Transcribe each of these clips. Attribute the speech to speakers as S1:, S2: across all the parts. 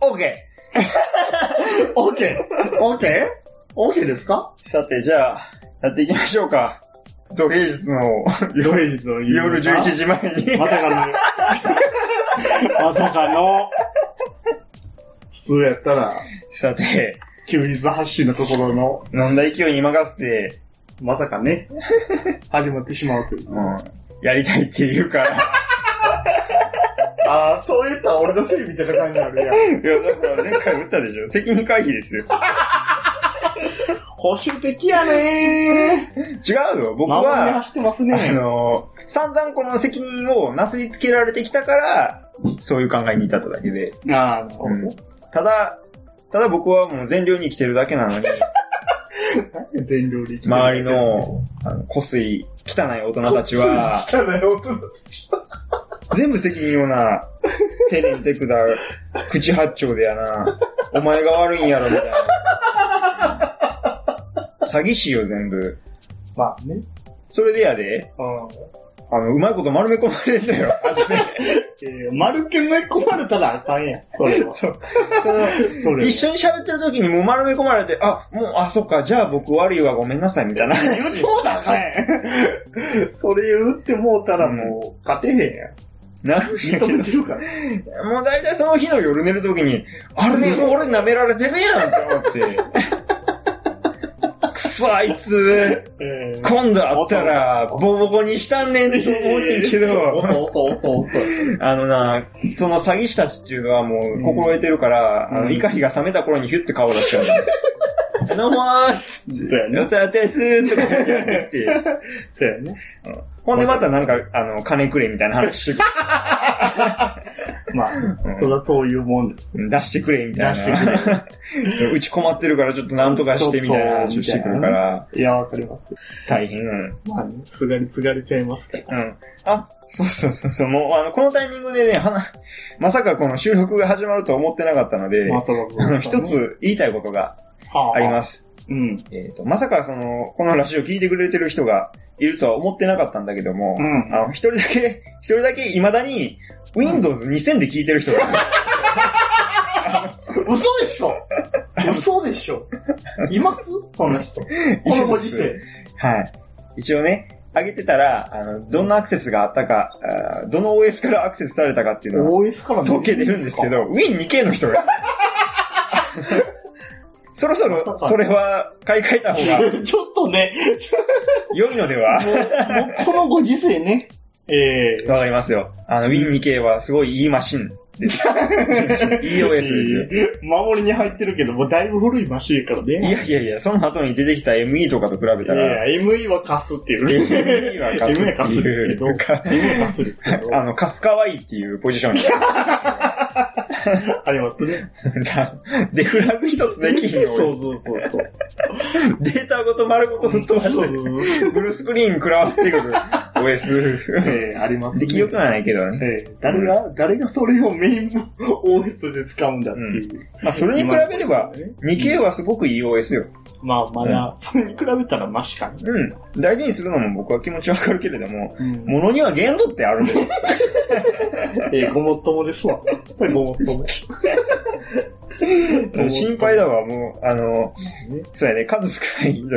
S1: オーケ
S2: オーケーオーケーオーケーですか
S3: さて、じゃあ、やっていきましょうか。土平日の夜
S2: イズの
S3: 夜11時前に。
S2: ま さかの、まさかの、普通やったら、
S3: さて、
S2: 休日発信のところの、
S3: 飲んだ勢いに任せて、
S2: まさかね、始まってしまうという。
S3: うん、やりたいっていうから。
S2: ああ、そう言ったら俺のせいみたいな感じになるやん。
S3: いや、だから前回も言ったでしょ。責任回避ですよ。
S2: 保守的やねー。
S3: 違うよ。僕
S2: 守り
S3: は、
S2: 走ってます
S3: あ
S2: ね。
S3: の、散々この責任をなすりつけられてきたから、そういう考えに至っただけで。
S2: ああ、
S3: うんただ、ただ僕はもう善良に生きてるだけなのに、
S2: 全量力
S3: 周り、の、あの、こすい、汚い大人たちは、
S2: 汚い音だ
S3: 全部責任をな、手に手くだ、口八丁でやな、お前が悪いんやろ、みたいな。詐欺師よ、全部。
S2: まあね。
S3: それでやで、
S2: う
S3: あの、うまいこと丸め込まれんだよ。
S2: ん。いや丸けめ込まれたらあかんやん。それ は。
S3: そう。その、
S2: それ
S3: 一緒に喋ってる時にもう丸め込まれて、あ、もう、あ、そっか、じゃあ僕悪いわ、ごめんなさい、みたいな。
S2: そうだね。それ言ってもうたらもう、勝てへんやん。
S3: なるんやけど
S2: 認めてるから。
S3: もう大体その日の夜寝るときに、あれね、俺舐められてるやん って思って。くそ、あいつ、
S2: えー
S3: 今度会ったら、ボコボコにしたんねんと思うねんけ
S2: お
S3: ど、
S2: そおそおそおそ。
S3: あのな、その詐欺師たちっていうのはもう心得てるから、
S2: うん
S3: あの、怒りが冷めた頃にヒュッて顔出 しちゃうの。どうもーっつ
S2: そうや
S3: って、
S2: ね
S3: よさですーとかやってき て、
S2: そうやね。
S3: ほんでまたなんか、あの、金くれみたいな話してく
S2: まあ、そりゃそういうもんです。
S3: る出してくれみたい
S2: 出して
S3: な。 そううち困ってるからちょっとなんとかしてみたいな話をしてくるから。
S2: いや、わかります。
S3: 大変。
S2: まあね、すがりすがりちゃいますから。
S3: うん。あ、そうそうそうそう、もう、あの、このタイミングでね、はな、まさかこの収録が始まるとは思ってなかったので、
S2: まあ、そら。
S3: あの、一、つ言いたいことがありますす。
S2: うん。
S3: えっ、と、まさかその、このラジオ聞いてくれてる人がいるとは思ってなかったんだけども、
S2: うん
S3: あの、一人だけ、一人だけ未だに、Windows 2000で聞いてる人が、
S2: 嘘でしょ嘘でしょいますそんな人。このご時世。
S3: はい。一応ね、上げてたら、あの、どんなアクセスがあったか、あーどの OS からアクセスされたかっていうのは、
S2: OS から
S3: 統計出るんですけど、Win2K の人 が。そろそろ、それは買い替えた方が
S2: ちょっとね、
S3: 良いので は
S2: もうもうこのご時世ね。ええ
S3: わかりますよ。あの、Win2K はすごいいいマシンです。 いい OS ですよ。
S2: 守りに入ってるけど、もうだいぶ古いマシンやから
S3: い
S2: ね。
S3: やいやいや、その後に出てきた ME とかと比べたら、
S2: いや、ME は貸すっていう。
S3: ME は貸す
S2: ME は貸すですけど。
S3: っていうか
S2: ME は貸すですけど。
S3: あの、カスかわいいっていうポジションに。
S2: ありますね。
S3: デフラグ一つできひんよ。
S2: そうそうそうそう。
S3: データごと丸ごと吹っ飛ばして
S2: そう
S3: る。
S2: そう
S3: ブルースクリーン食らわせてくる OS。
S2: ええありますね。
S3: できよくはないけどね。
S2: ええ誰が、誰がそれをメインの OS で使うんだっていう。
S3: まあ、それに比べれば、
S2: 今
S3: 2K はすごくいい OS よ。
S2: まあ、まだ、それに比べたらマシかに。
S3: うん。大事にするのも僕は気持ちわかるけれども、
S2: うん
S3: ものには限度ってあるんだよ。
S2: ええごもっともですわ。そ れごもっとも。
S3: 心配だわ、もう、あの、そうやね、数少ない人。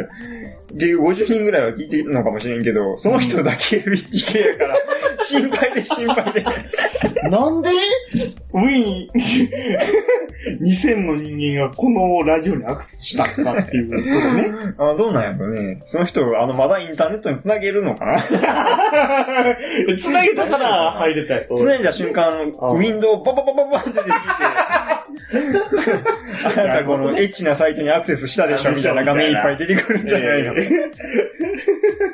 S3: で、50人ぐらいは聞いてるのかもしれんけど、その人だけ 2K やから、心配で心配で。
S2: なんで、ウィーン、2000の人間がこのラジオにアクセスしたんかっていうことね。
S3: あどうなんやろね。その人、あの、まだインターネットに繋げるのかな
S2: 繋げたから入れたい。
S3: 繋いだ瞬間、ウ
S2: あ
S3: ィンドウパパパパパって出てきて、あなたこのエッチなサイトにアクセスしたでしょみたいな画面いっぱい出てくるんじゃないの、っ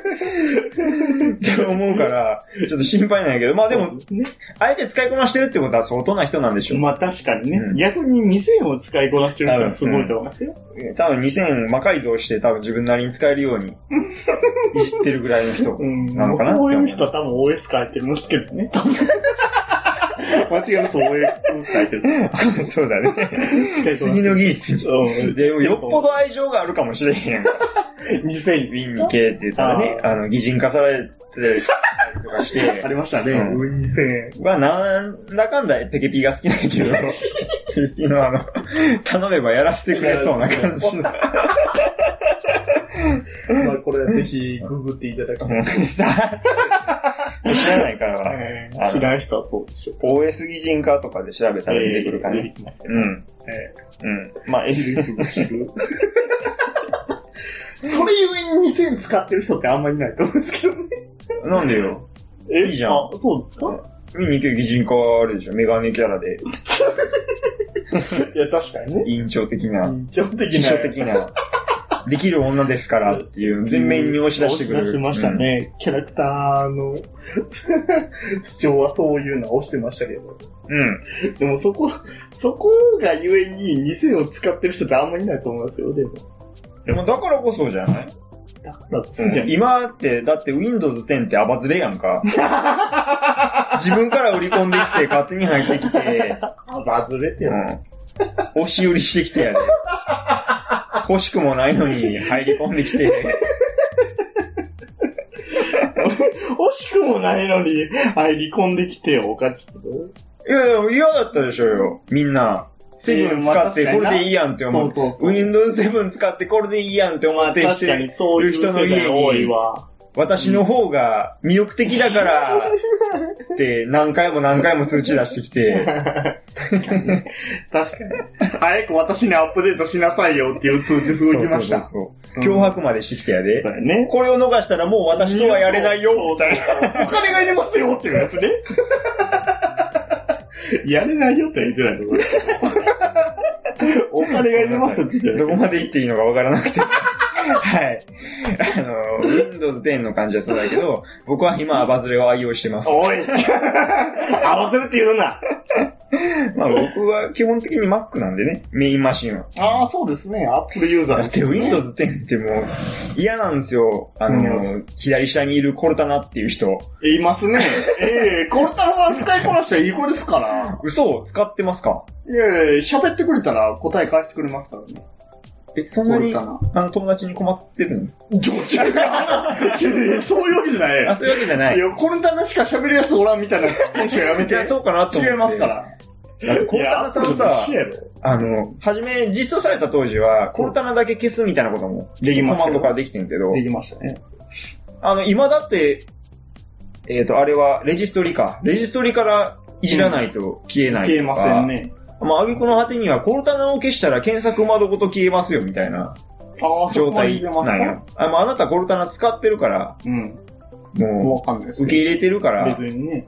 S3: て思うから、ちょっと心配なんやけど、まあでも、あえて使いこなしてるってことは相当な人なんでしょう。
S2: まあ確かにね、
S3: うん
S2: 逆に2000を使いこなしてる人はすごいと思いますよ。
S3: 多分2000魔改造して多分自分なりに使えるよう に、いじってるぐらいの人
S2: うん。
S3: なのかなって思
S2: そう
S3: う
S2: いう人は多分 OS 書いてるんですけどね。間違いなく OS 書いてる。
S3: そうだね。次の技術に。
S2: うん
S3: でもよっぽど愛情があるかもしれへん やん。ウ
S2: 2000
S3: ィンに系って言ったらね、あの、擬人化されてたりとかし
S2: あ
S3: て、
S2: りましたね。
S3: うん
S2: 2000。
S3: はなんだかんだペケピが好きなんやけど、雪のあの、頼めばやらせてくれそうな感じ の。
S2: まあ、これぜひ、ググっていただきたい。
S3: 知らないから、
S2: えー知らん人はそうでしょ。
S3: 大江杉人化とかで調べたら出てくるか
S2: えー出
S3: ね
S2: て。きます
S3: う
S2: ね。
S3: ん。
S2: え
S3: うん。まあ、
S2: ー
S3: え
S2: 知る人ぞ知る。それゆえに2000使ってる人ってあんまりいないと思うんですけどね。
S3: なんでよ。いいじゃん
S2: あ、そうですか
S3: 見に行く擬人化はあれでしょ。メガネキャラで、
S2: いや、確かにね。
S3: 委員長的な、
S2: 印象的な。
S3: 秘書的な、できる女ですからっていう、全面に押し出してくる。
S2: 押し出しましたね。キャラクターの 主張はそういうのは押してましたけど。
S3: うん。うん。
S2: でもそこ、 そこがゆえに2000を使ってる人ってあんまりいないと思いますよ、でも。
S3: でもだからこそじゃない、
S2: だから、そうじゃ
S3: うんん、今って、だって Windows 10ってアバズレやん か。自分から売り込んできて、勝手に入ってきて、
S2: あバズれて
S3: う
S2: る。
S3: ん。押し売りしてきてやで。欲しくもないのに入り込んできて、
S2: 惜しくもないのに入り込んできてよ、おかしいけど。
S3: いやいや、嫌だったでしょうよ、みんな。セブン使ってこれでいいやんって思う。
S2: そう
S3: Windows 7使ってこれでいいやんって思ってき
S2: 確か
S3: て、
S2: にそういう人の家多いわ。
S3: 私の方が魅力的だから、って何回も何回も通知出してきて、
S2: 確かに。確かに。早く私にアップデートしなさいよっていう通知すごい来ました。
S3: そうそうそう脅迫までしてきたやで。
S2: そうやね。
S3: これを逃したらもう私とはやれないよ、みたいな。
S2: お金がいりますよっていうやつ ね。やれないよって言ってないと思う。お金がいりますって言って
S3: どこ
S2: ない。
S3: まで行っていいのかわからなくて。 はい。あの、Windows 10の感じはそうだけど、僕は今、アバズレを愛用してます。
S2: おい合わせるって言うな
S3: まあ僕は基本的に Mac なんでね、メインマシンは。
S2: ああ、そうですね。アップルユーザ
S3: だ
S2: ー
S3: って Windows 10ってもう嫌なんですよ。あの、左下にいるコルタナっていう人。
S2: いますね。ええコルタロさん使いこなしたらいい子ですから。
S3: 嘘を使ってますか
S2: いやいや喋ってくれたら答え返してくれますからね。
S3: え、そん
S2: コ
S3: な
S2: ル
S3: に、
S2: タ
S3: あ
S2: ナ。
S3: の、友達に困ってるの
S2: ジョージアがそういうわけじゃない。
S3: あ、そういうわけじゃない
S2: い。や、コルタナしか喋るやつおらんみたいなテンションやめ
S3: い
S2: て
S3: や、。そうかなと思って。
S2: 違いますから。
S3: だってコルタナさん
S2: いや
S3: さ
S2: 一緒、やろ
S3: あの、初め実装された当時は、コルタナだけ消すみたいなことも、
S2: できましたよ
S3: コマンドからできてんけど
S2: で、きましたね。
S3: あの、今だって、えっ、と、あれは、レジストリか。レジストリからいじらないと消えない
S2: 消えま
S3: とか。
S2: せんね。
S3: まあ、挙句の果てには、コルタナを消したら検索窓ごと消えますよ、みたいな
S2: ああ、
S3: 状
S2: そこまで
S3: 態
S2: 入れ
S3: なん
S2: ますか
S3: よ。あまあ、あなたコルタナ使ってるから、
S2: うん。
S3: も
S2: わかんないで
S3: う、
S2: す
S3: 受け入れてるから、
S2: 別にね。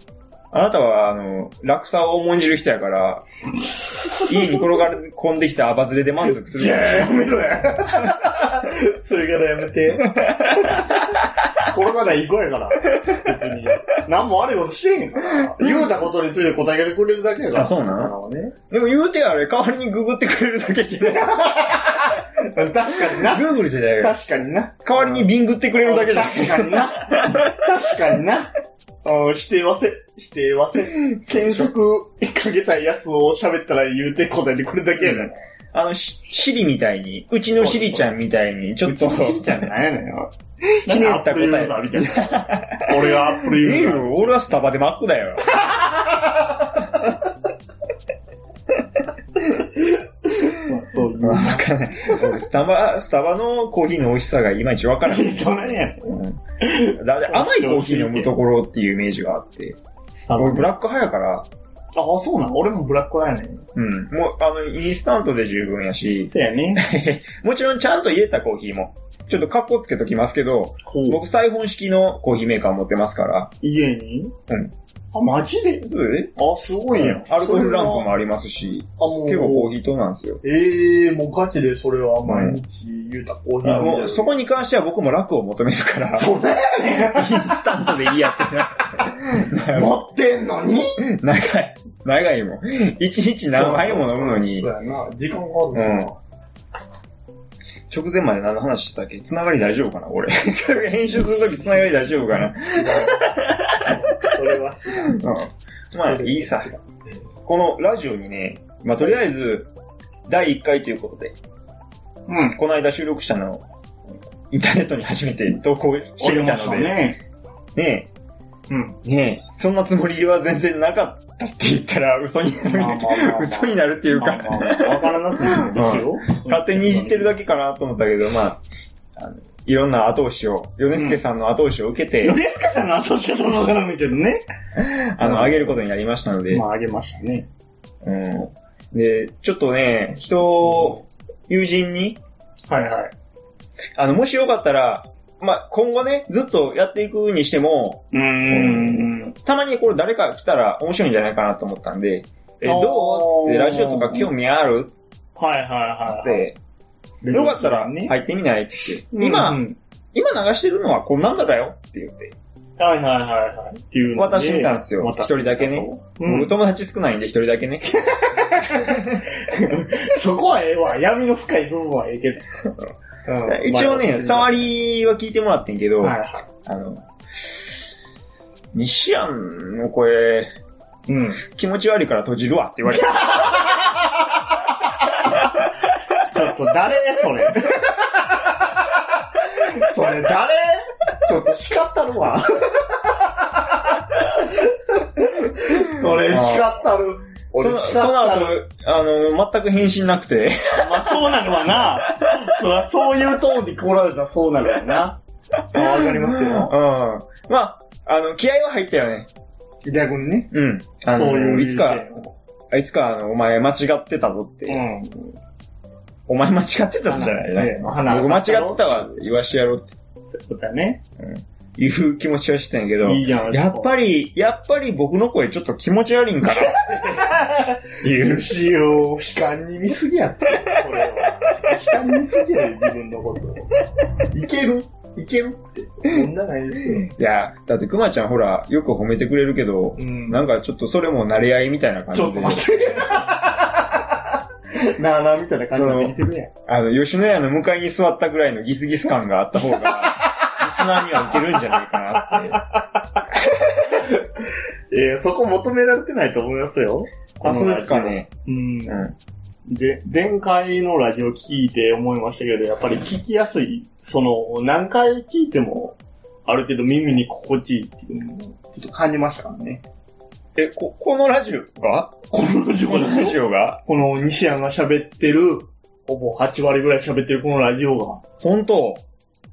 S3: あなたは、あの、落差を重んじる人や から、家に転がり込んできたアバズレで満足する
S2: い
S3: じゃ
S2: や
S3: ない
S2: やめろや。それからやめて。これまでいい子やから。別に。何も悪いことしてへんから。言うたことについて答えてくれるだけやから。
S3: あそうなん
S2: のね。
S3: でも言うてあれ、代わりにググってくれるだけじゃない。
S2: 確かにな。
S3: グーグルじゃないよ。
S2: 確かにな。
S3: 代わりにビングってくれるだけじゃない。
S2: 確かにな。確かにな。うん、否定はせ、否定はせ。検索かけたいやつを喋ったら言うて答えてくれるだけやから。
S3: あの、しシリみたいに、うちのシリちゃんみたいに、ちょっと、
S2: じゃないのよ。
S3: ひねった答え
S2: なんでアップルユーザーみたいな。俺はアップルユ
S3: ええ
S2: ーザー。
S3: よ、俺はスタバでマックだよ。
S2: そういう。
S3: わかんない。俺スタバ、スタバのコーヒーの美味しさがいまいちわからない。
S2: どないやねん
S3: うんだって甘いコーヒー飲むところっていうイメージがあって。
S2: あ、
S3: 俺ブラック派やから、
S2: そうなん俺もブラックはやねん。
S3: うん。もう、あの、インスタントで十分やし、
S2: そうやね。
S3: もちろんちゃんと入れたコーヒーも、ちょっとカッコつけときますけど、僕サイフォン式のコーヒーメーカー持ってますから、
S2: 家に
S3: うん。
S2: あ、マジで
S3: そうよね。
S2: あ、すごいやん。
S3: アルコールランプも
S2: あ
S3: ありますし、
S2: もう。
S3: 結構コーヒー糖なんですよ。
S2: ええもうガチでそれは毎日言うたコーヒー飲んでる
S3: もうそこに関しては僕も楽を求めるから、イン
S2: それ
S3: スタントでいいやってな。
S2: 持ってんのに
S3: 長い、長いもん。一日何杯も飲むのに
S2: そう、やな。時間があるな。
S3: 直前まで何の話してたっけつながり大丈夫かな俺。編集するときつながり大丈夫かな、
S2: それは知らん。
S3: うん、まあいいさ
S2: そ。れは
S3: このラジオにね、まあとりあえず、第1回ということで、
S2: 知らん。うん。
S3: この間収録したのを、インターネットに初めて投稿して
S2: 俺
S3: み
S2: も
S3: た
S2: そ
S3: の
S2: う
S3: で、ね
S2: ね。うん。
S3: ねえ、そんなつもりは全然なかったって言ったら嘘になるんだけど、
S2: まあまあまあまあ
S3: 嘘になるっていうか、
S2: まあまあまあわからなくてもいいですよ。
S3: 勝手にいじってるだけかなと思ったけど、まあ、あのいろんな後押しを、米助さんの後押しを受けて、
S2: ヨネスカさんの後しかどうわからないけどね。
S3: あの、あげることになりましたので、
S2: まあ、あげましたね。
S3: うん。で、ちょっとね、人、友人に、
S2: はいはい。
S3: あの、もしよかったら、まあ、今後ね、ずっとやっていくにしても、
S2: うーん。
S3: たまにこれ誰か来たら面白いんじゃないかなと思ったんで、え、
S2: あー
S3: どうつって、ラジオとか興味あるっ
S2: はいはいはい。
S3: て、よかったら入ってみないって言って、今、
S2: うん
S3: 今流してるのはこんなんだよって言って、
S2: はいはいはいはい。っていうので
S3: 渡してみたんですよ
S2: 渡し
S3: 一人だけね
S2: うん
S3: 僕友達少ないんで一人だけね。
S2: そこはええわ。闇の深い部分はええけど。うん
S3: 一応ね、触りは聞いてもらってんけど、
S2: はいは
S3: あの、西安の声、
S2: い。うん。
S3: 気持ち悪いから閉じるわって言 われて。
S2: ちょっと誰それ。 それ誰ちょっと叱った るわ。それ叱ったる。
S3: そ
S2: 俺
S3: の
S2: 叱っ
S3: その
S2: た
S3: 後
S2: る。、
S3: あの、全く返信なくて、
S2: まあそうなのはな。そらそういうトーンで来られたらそうなのはな。あわかります
S3: うん。
S2: よ。
S3: まあ、あの、気合は入ったよね。
S2: 逆にね。
S3: うん。あ
S2: そういう
S3: の、い
S2: 意
S3: つ
S2: 見
S3: か、
S2: を
S3: あいつか、あの、お前間違ってたぞって。
S2: うん。
S3: お前間違ってたぞじゃないな。
S2: ね花
S3: 僕間違ってたわ、言わしてやろうっ
S2: そういうことだね。
S3: ていう気持ちはしてたんやけど、
S2: いいじゃん。
S3: やっぱり、やっぱり僕の声ちょっと気持ち悪いんかな ってい
S2: 許
S3: う。
S2: しを悲観に見すぎやって、それは。悲観に見すぎやよ、自分のこと。いけるいけるって。そんなないですよ。
S3: いや、だってくまちゃんほら、よく褒めてくれるけど、
S2: うん
S3: なんかちょっとそれも慣れ合いみたいな感
S2: ち
S3: じ
S2: ょっと
S3: で、
S2: 待って。なあなあみたいな感じになってきてるやん。
S3: あの、吉野家の向かいに座ったぐらいのギスギス感があった 方が、リスナーにはウケるんじゃないかなっ
S2: えー、そこ求められてないと思いますよ。
S3: て。あ、そうですかね。
S2: うん
S3: う。ん。
S2: で、前回のラジオ聞いて思いましたけど、やっぱり聞きやすい、その、何回聞いても、ある程度耳に心地いいっていうのを、ちょっと感じましたからね。
S3: え、こ、このラジオが
S2: このラジ
S3: こ
S2: オ
S3: のラジオが
S2: この西山が喋ってる、ほぼ8割ぐらい喋ってるこのラジオが、
S3: 本当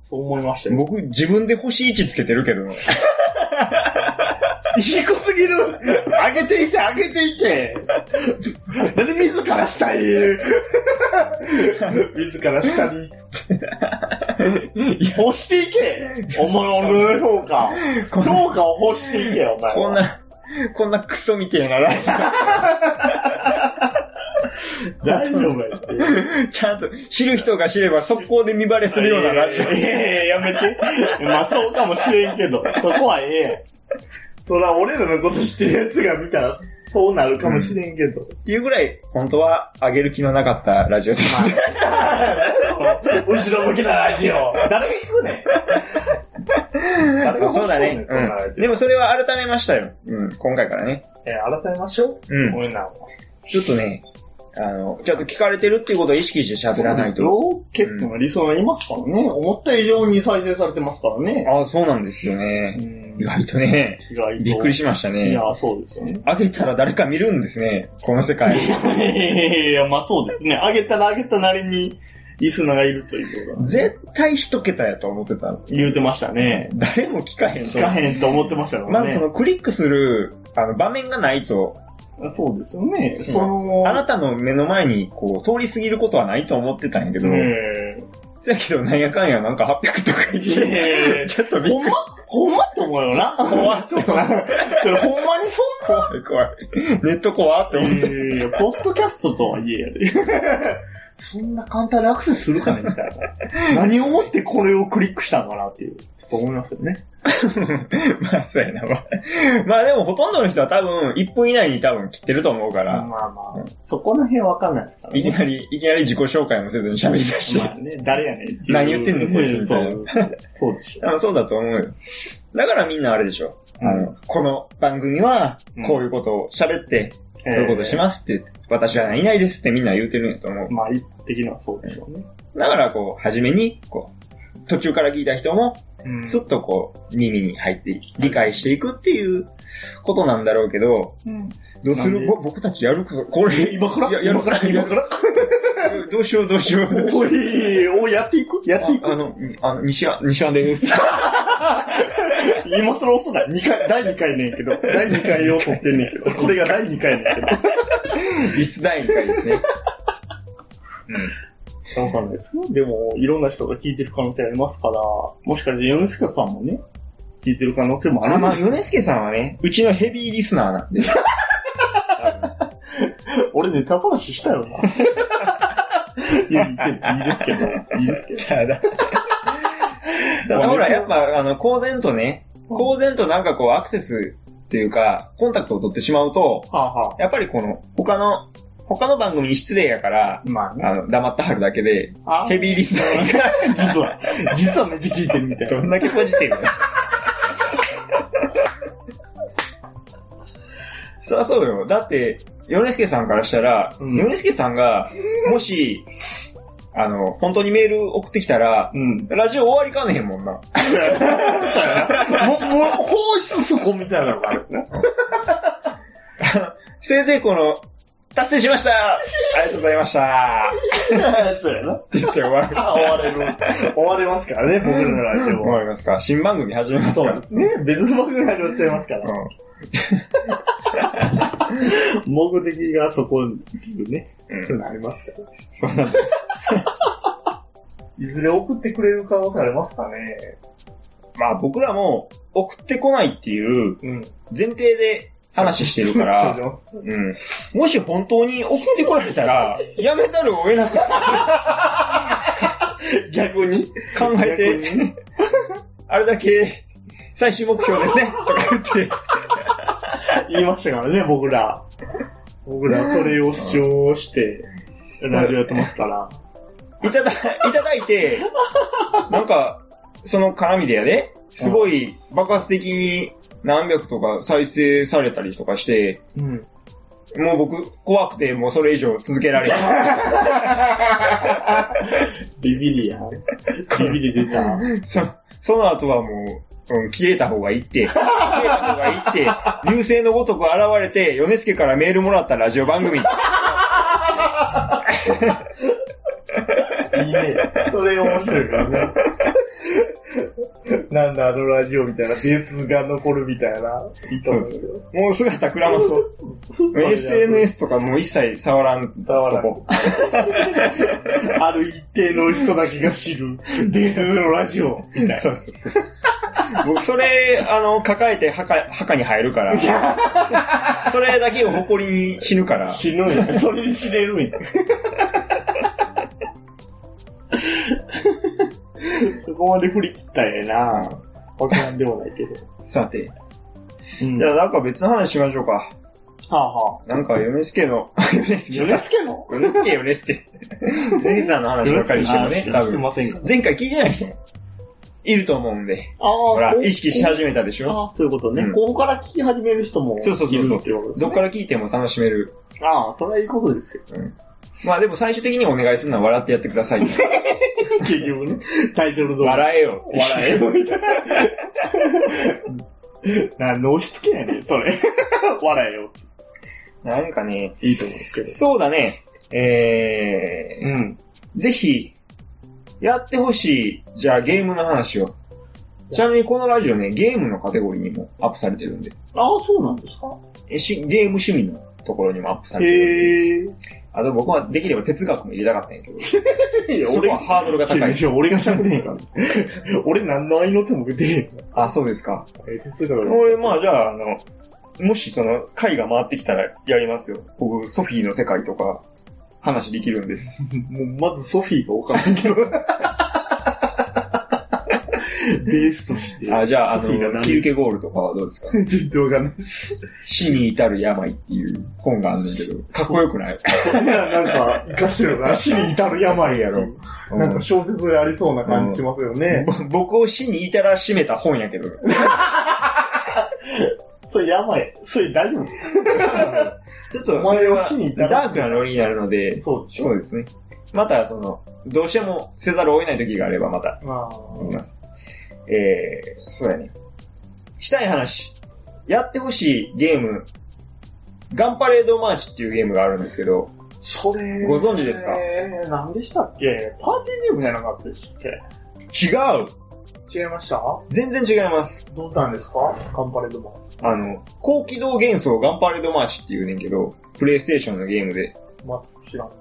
S2: そう思いましたよ。
S3: 僕自分で星1つけてるけど、
S2: 低すぎる上げていけ、上げていけなんで自ら下 に自ら下につって。欲していけお前俺の評価。
S3: こんな
S2: 評価を欲していけよ、お前。
S3: こんな、こんなクソみてえなラジ
S2: 大丈夫やって。
S3: オ、 ちゃんと知る人が知れば速攻で見バレするようなラジオ。
S2: いやいやいや、やめて。まあそうかもしれんけど、そこはええやん。そら俺らのこと知ってる奴が見たら、そうなるかもしれんけど。
S3: っていうぐらい、本当は上げる気のなかったラジオです。
S2: 後ろ向きなラジオ。誰が聞くねん。誰 が欲しい
S3: そうだね。
S2: そんなラジ
S3: う
S2: オ
S3: ん。でもそれは改めましたよ。うん、今回からね。
S2: えー改めましょう。
S3: うん。
S2: 俺らは。
S3: ちょっとね、あの、ちょっと聞かれてるっていうことを意識して喋らないと。
S2: ローケットの理想がいますからね。思った以上に再生されてますからね。
S3: ああ、そうなんですよね。意外とね、
S2: 意外と。
S3: びっくりしました
S2: い
S3: ね
S2: や。、そうですよね。
S3: 上げたら誰か見るんですね、この世界。
S2: いやいや、まあそうですね。あげたらあげたなりに、リスナーがいるということが
S3: 絶対一桁やと思ってた。
S2: 言うてましたね。
S3: 誰も聞かへんと
S2: 聞。かへんと思ってましたから
S3: まず
S2: ね。
S3: そのクリックするあの場面がないと、
S2: そうですよね。
S3: そう
S2: その、
S3: あなたの目の前にこう通り過ぎることはないと思ってたんやけど、
S2: え
S3: そやけどなんやかんやなんか800とか言っ
S2: いやいやい
S3: て
S2: や、
S3: ちょっと
S2: え
S3: びっ
S2: ほんまほんまって思うよな。怖ちょっとな。ほんまにそんな
S3: 怖い怖い。ネット怖って思って。
S2: いやいやポッドキャストとはいえやで。そんな簡単にアクセスするかねみたいな。何をもってこれをクリックしたのかなっていう、ちょっと思いますよね。
S3: まあそうやな。まあまあでもほとんどの人は多分1分以内に多分切ってると思うか
S2: まあ
S3: ら、
S2: まあ、そこら辺わかんないですから
S3: いきなり、いきなり自己紹介もせずに喋り出して。
S2: まあね、誰やねんっていう。
S3: 何言ってんのこいつみ
S2: そ
S3: た
S2: う
S3: い。
S2: そうでしょ。
S3: あそうだと思うよ。だからみんなあれでしょ。あの、この番組は、こういうことを喋って、
S2: そう
S3: そういうことしますって言って、私は何々ですってみんな言うてるんやと思う。
S2: まあ、一般的にはそうでしょうね。
S3: だからこう、初めに、こう、途中から聞いた人も、
S2: うん
S3: スッとこう、耳に入って、理解していくっていうことなんだろうけど、どうす
S2: なんで
S3: るぼ僕たちやること、これ、
S2: 今から
S3: いややる
S2: 今から今から
S3: どうしようどうしよう。
S2: おい、おい、やっていくやっていく
S3: ああの、あの、西安、西安 です。
S2: 今更遅ない。二回、第2回ねんけど、第2回を撮ってんねん けど、これが第2回ねんけど。
S3: リス第2回です ね。
S2: わかんないですね。でも、いろんな人が聞いてる可能性ありますから、もしかして、ヨネスケさんもね、聞いてる可能性もあ
S3: あ、
S2: るん
S3: まあ、
S2: ですよ。
S3: 米助さんはね、うちのヘビーリスナーなん で。
S2: 俺ネタ話したよな。いや、いいけどいいですけど、いいですけど。
S3: ただ、ただほら、やっぱ、あの、公然とね、公然となんかこう、アクセスっていうか、コンタクトを取ってしまうと、
S2: はあは
S3: やっぱりこの、他の、他の番組に失礼やから、
S2: あ。まあね。
S3: あの、黙ってはるだけで、
S2: あ
S3: ヘビーリスナーが、
S2: 実は、実はめっちゃ聞いてるみたい
S3: ど
S2: な。
S3: んだけポジティブな。そりゃそうよ。だって、ヨネスケさんからしたら、
S2: うん
S3: ヨネスケさんが、もし、あの、本当にメール送ってきたら、
S2: うん。
S3: ラジオ終わりかねへんもんな。
S2: もう、もう、放出そこみたいなのがあるな。
S3: せいぜいこの、達成しましたありがとうございました
S2: そうやな。
S3: って言って終わる。
S2: 終われ る。終われますからね、僕らのラジオ
S3: 終
S2: は。
S3: わりますか新番組始めますか
S2: そうですね。別の番組始まっちゃいますから。
S3: う
S2: 目的がそこっていうね、
S3: ん。う。
S2: そういうんのありますから。
S3: そうなんだ。
S2: いずれ送ってくれる可能性ありますかね。
S3: まあ僕らも送ってこないっていう
S2: うん。
S3: 前提で話してるか
S2: そう
S3: ら
S2: し、ます
S3: うん。もし本当に送ってこられたら、やめざるを得なく
S2: 逆に
S3: 考えて、
S2: 逆に
S3: あれだけ、最終目標ですねとか言って、
S2: 言いましたからね、僕ら。僕らそれを主張して、ラジオやってますから。
S3: いただ、いただいて、なんか、その絡みでやで、すごい爆発的に何百とか再生されたりとかして、
S2: うん。
S3: もう僕怖くてもうそれ以上続けられない。
S2: ビビリやん。ビビリ出た。
S3: そその後はもう、うん消えた方がいいって、消えた方がいいって、流星のごとく現れて、米助からメールもらったラジオ番組。
S2: いいね。それ面白いから ね。なんだあのラジオみたいな、ベースが残るみたいな。いいと思うんですよ。
S3: もう姿くらまそう。
S2: そうそう
S3: SNS とかもう一切触らん。
S2: 触らん
S3: ここ
S2: ある一定の人だけが知る、伝説のラジオ、みたい
S3: そうそうそう。僕、それ、あの、抱えて墓、墓に入るから。 それだけを誇りに死ぬか
S2: な。
S3: ら。
S2: 死ぬんや。それに死ねるんや。 そこまで振り切ったんやな。わからんでもないけど。
S3: さて。
S2: うん
S3: じゃあ、なんか別の話しましょうか。
S2: はあはあ。
S3: なんか、ヨネスケの、ヨネス
S2: ヨ
S3: ケさ
S2: ネ
S3: ん。
S2: スケの
S3: ヨネスケ、ヨネスケ。ヨネスケさんの話ばっかりしてもね、多
S2: すい
S3: 分。
S2: ませんが。
S3: 前回聞いてない人もいると思うんで。
S2: ああ、
S3: ほら
S2: こ、う
S3: 意識し始めたでしょ
S2: ああ、そういうことね。
S3: うん
S2: ここから聞き始める人もい
S3: そう
S2: る
S3: そうそう
S2: ってことです
S3: ど
S2: ね
S3: っから聞いても楽しめる。
S2: ああ、それはいいことです よ。
S3: まあでも最終的にお願いするのは笑ってやってください。
S2: 結局ね、タイトル通り。
S3: 笑えよ。
S2: 笑えよ、みたいな。なんで押し付けやねん、それ。 笑えよ。
S3: なんかね、
S2: いいと思うんですけど。
S3: そうだね。
S2: う
S3: え
S2: ん。
S3: ー、ぜひ、やってほしい、じゃあゲームの話を。ちなみにこのラジオね、ゲームのカテゴリーにもアップされてるんで。
S2: ああ、そうなんですか
S3: えしゲーム趣味のところにもアップされてるんで。
S2: へえ。
S3: あと僕はできれば哲学も入れたかったんやけど。
S2: いや
S3: そこはハードルが高い
S2: いや俺が喋れへんから。 俺何の愛の手も出てへんから。
S3: あ、そうですか。
S2: え哲学の
S3: 俺、まあじゃあ、あの、もしその、回が回ってきたらやりますよ。僕、ソフィーの世界とか、話できるんで。
S2: もうまずソフィーが分からん けど。ベースとして。
S3: あ、じゃあ、あ
S2: ソフィーが
S3: の、
S2: 何
S3: キ ルケゴールとかはどうですか
S2: 全然わかんないです。
S3: 死に至る病っていう本があるんだけど、かっこよくない
S2: なんか、生かしてるな。死に至る病やろ。なんか小説でありそうな感じしますよね。
S3: 僕を死に至らしめた本やけど。
S2: それやばい。それ 大丈夫
S3: ちょっと、
S2: お
S3: そ
S2: 前
S3: れ
S2: を
S3: は
S2: 死に至らない
S3: ダークなノリになるので、
S2: そうでしょ
S3: そうですね。また、その、どうしてもせざるを得ない時があればまた、
S2: あ
S3: 言います。えー、そうやね。したい話。やってほしいゲーム。ガンパレードマーチっていうゲームがあるんですけど、
S2: ーそれ。
S3: ご存知ですか
S2: えー、何でしたっけパーティーゲームみたいなのがあったでしたっ
S3: 違う
S2: け違いました
S3: 全然違います。
S2: どうなんですかカンパレードマン。
S3: あの、高機動幻想ガンパレードマーチっていうねんけど、プレイステーションのゲームで、
S2: まあ、知らんな。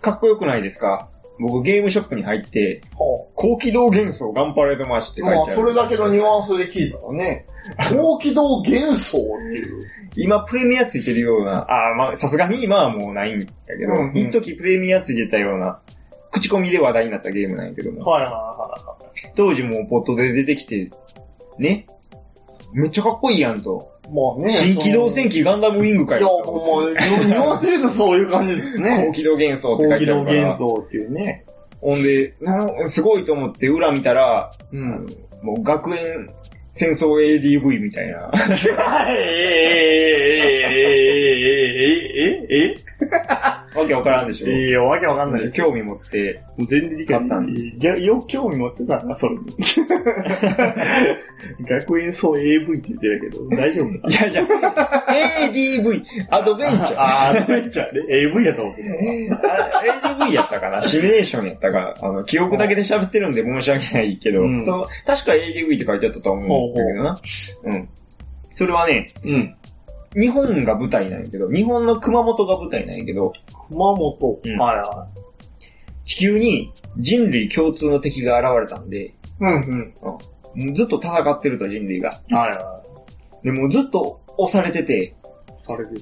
S3: かっこよくないですか僕ゲームショップに入って、
S2: は
S3: 高機動幻想ガンパレードマーチって
S2: あ、
S3: 書いてあ
S2: ま
S3: る。
S2: あ、それだけのニュアンスで聞いたらね、 高機動幻想っていう。
S3: 今プレミアついてるような、ああ、まあ、さすがに今はもうないんだけど、
S2: うんうん
S3: 一時プレミアついてたような、口コミで話題になったゲームなんやけども、
S2: はいはいは
S3: 当時もうポットで出てきて、ね、めっちゃかっこいいやんと。
S2: いはい。まあね。
S3: 新機動戦
S2: 機。
S3: 機ガンダムウィング
S2: い
S3: か
S2: や、
S3: よ。
S2: もう、ニュアンスで言うとそういう感じです
S3: 高
S2: ね。
S3: 機動幻想っ
S2: 高
S3: て書い
S2: 機
S3: てあ
S2: 動
S3: るから。
S2: 幻想っていうね。
S3: ほんで、なすごいと思って裏見たら、
S2: う
S3: あの。もう学園戦争 ADV みたいな。
S2: はい、ええええええええええええ
S3: わけわからんでしょ。
S2: いや、わけわかんないです。
S3: 興味持って、
S2: もう全然理
S3: 解
S2: ったんです。いやよく興味持ってたな、それ。学園層 AV って言ってるけど、大丈夫
S3: い やいや、ADV、アドベンチャー。
S2: あー、めっちゃ、AV やと思ってた。
S3: あ ADV やったかなシミュレーションやったかあの、記憶だけで喋ってるんで申し訳ないけど、
S2: うん
S3: そう、確か ADV って書いてあったと思うんだけどな。うん。それはね、
S2: うん。
S3: 日本が舞台なんやけど、日本の熊本が舞台なんやけど、
S2: 熊本。
S3: うん
S2: はいは
S3: 地球に人類共通の敵が現れたんで、
S2: い。うん
S3: ずっと戦ってると人類が。
S2: うん。はいは
S3: でもうずっと押されてて、
S2: い。されてて。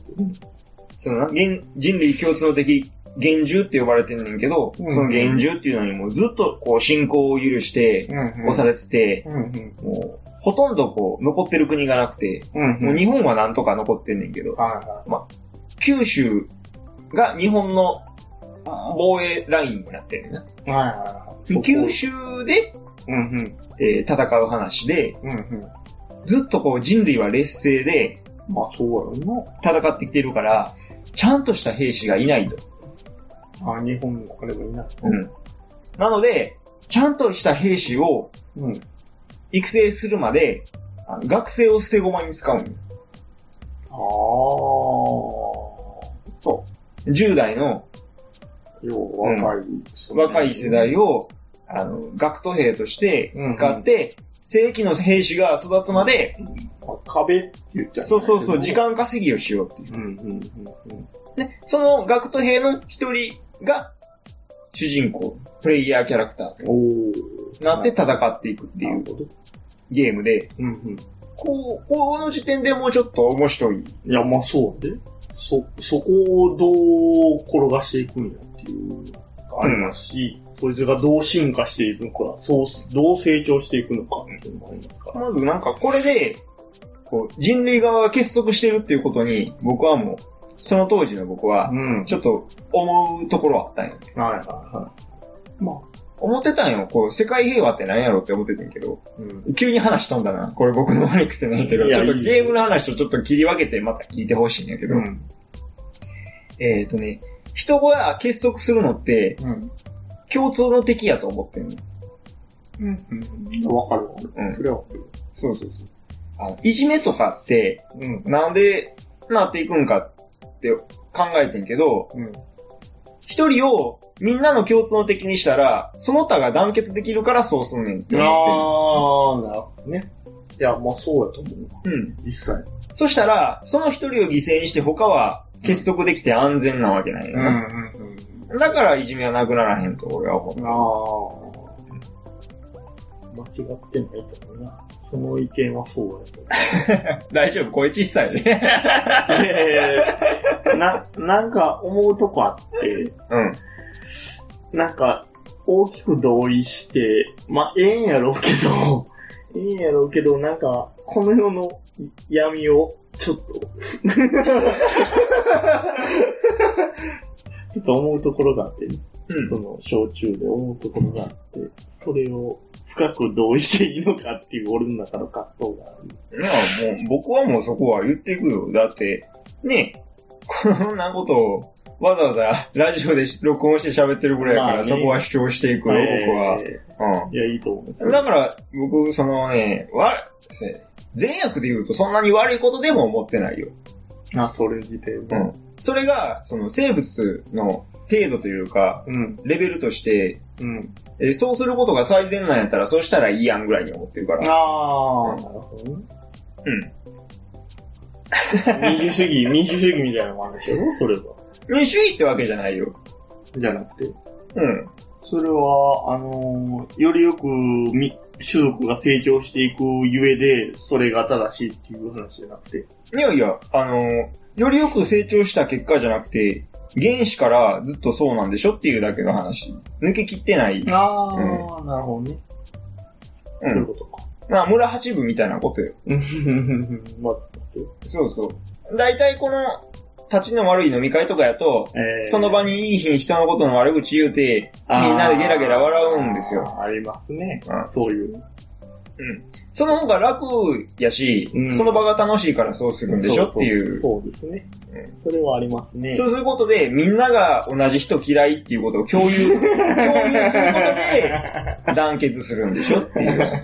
S3: そのな、現人類共通の敵、幻獣って呼ばれてんねんけど、
S2: うん
S3: その幻獣っていうのにもうずっとこう進行を許して、
S2: うん
S3: 押されてて、
S2: うんうん。
S3: もう、ほとんどこう、残ってる国がなくて、
S2: うん
S3: もう
S2: はい
S3: 日本はなんとか残ってんねんけど、
S2: は
S3: 九州が日本の防衛ラインになってるな。
S2: い。はいはいはい。
S3: 九州で、
S2: うんうん。
S3: えー戦う話で、
S2: うんうん。
S3: ずっとこう人類は劣勢で
S2: まあ、そうやろ
S3: 戦ってきてるから、ちゃんとした兵士がいないと。
S2: な。あ、日本の彼もいない。
S3: うん。なので、ちゃんとした兵士を
S2: うん。
S3: 育成するまで、あの学生を捨て駒に使うんよ
S2: ああ。そ
S3: 10代の
S2: う。要は若い、
S3: 若い世代を、あの、学徒兵として使って、正規の兵士が育つまで、
S2: まあ壁って言っちゃ
S3: そうそうそう、時
S2: 間。
S3: 間稼ぎをしようっていう。
S2: うんうんうんうん。
S3: で、その学徒兵の一人が、主人公、プレイヤーキャラクターと
S2: お
S3: なって戦っていくっていう
S2: こと。
S3: ゲームで、
S2: うんうん。
S3: こう、この時点でもうちょっと面白い。
S2: いや、まあそうで。そ、そこをどう転がしていくんやっていうのがありますし、そいつがどう進化していくのか、そう、どう成長していくのかっていうのもありますから。
S3: まずなんかこれで、こう、人類側が結束してるっていうことに、僕はもう、その当時の僕は、
S2: うん。
S3: ちょっと思うところあったんよ。
S2: はいはいはい。まあ、
S3: 思ってたんよ。こう、世界平和って何やろって思っててんけど、
S2: うん。
S3: 急に話飛んだな。これ僕の悪い癖なんやけど、
S2: い
S3: ち
S2: や
S3: ょっと
S2: いい
S3: ゲームの話とちょっと切り分けてまた聞いてほしいんやけど、
S2: うん。
S3: えっ、ー、とね、人が結束するのって
S2: うん。
S3: 共通の敵やと思ってんの。
S2: うん。わかるわかる。
S3: うん
S2: それはわかる。
S3: そうそうそう。あの、いじめとかって、
S2: うん。
S3: なんでなっていくんかって考えてんけど、
S2: うん。
S3: 一人をみんなの共通の敵にしたら、その他が団結できるからそうすんねんって思っ
S2: あー、なるほどね。いや、まあそうやと思う。
S3: てる。うん。
S2: 実際。
S3: そしたら、その一人を犠牲にして他は結束できて安全なわけないよな、
S2: んうん。
S3: だからいじめはなくならへんと俺は思う。
S2: ああ。間違ってないと思うな。その意見はそうやと思
S3: 大丈夫、声小さいね。
S2: う。いやいやいやな、なんか思うとこあって、
S3: うん。
S2: なんか大きく同意して、まあええんやろうけど、 ええんやろうけど、なんかこの世の闇をちょっと、 ちょっと思うところがあってね。
S3: うん
S2: そ。の、焼酎で思うところがあって、それを深く同意していいのかっていう俺の中の葛藤がある。
S3: いや、もう、僕はもうそこは言っていくよ。だって、ねこんなことをわざわざラジオで録音して喋ってるぐらいだから、
S2: まあね
S3: そこは主張していくよ、
S2: え
S3: 僕は。
S2: ーいや、いいと思
S3: うん。
S2: う。
S3: だから、僕、そのね、わ、善悪で言うとそんなに悪いことでも思ってないよ。
S2: まあ、それ自体
S3: うん
S2: も。。
S3: それが、その生物の程度というか、
S2: うん。
S3: レベルとして、
S2: うん。
S3: えーそうすることが最善なんやったら、そうしたらいいやんぐらいに思ってるから。
S2: ああ、なるほどね。
S3: うん。
S2: 民主主 義、民主主義みたいなのもあるでしょそれは。
S3: 民主主義ってわけじゃないよ。
S2: じゃなくて。
S3: うん。
S2: それは、あのーよりよくみ、種族が成長していくゆえで、それが正しいっていう話じゃなくて。
S3: いやいや、あの、よりよく成長した結果じゃなくて、原子からずっとそうなんでしょっていうだけの話。抜けきってない。
S2: ああ、なるほどね。
S3: う。
S2: そういうんことか。
S3: まあ、村八分みたいなことよ。
S2: まあ、ちょっ
S3: そうそう。大体この、立ちの悪い飲み会とかやと、
S2: とえー
S3: その場にいい日に人のことの悪口言うて、みんなでゲラゲラ笑うんですよ。
S2: あー。ありますね。
S3: うん
S2: そう
S3: う
S2: いう。
S3: ん。その方が楽やし、
S2: うん
S3: その場が楽しいからそうするんでしょっていう。
S2: そうそうそうです
S3: う
S2: ね。それはありますね。
S3: そうすることで、みんなが同じ人嫌いっていうことを 共有、共有することで、団結するんでしょっていう。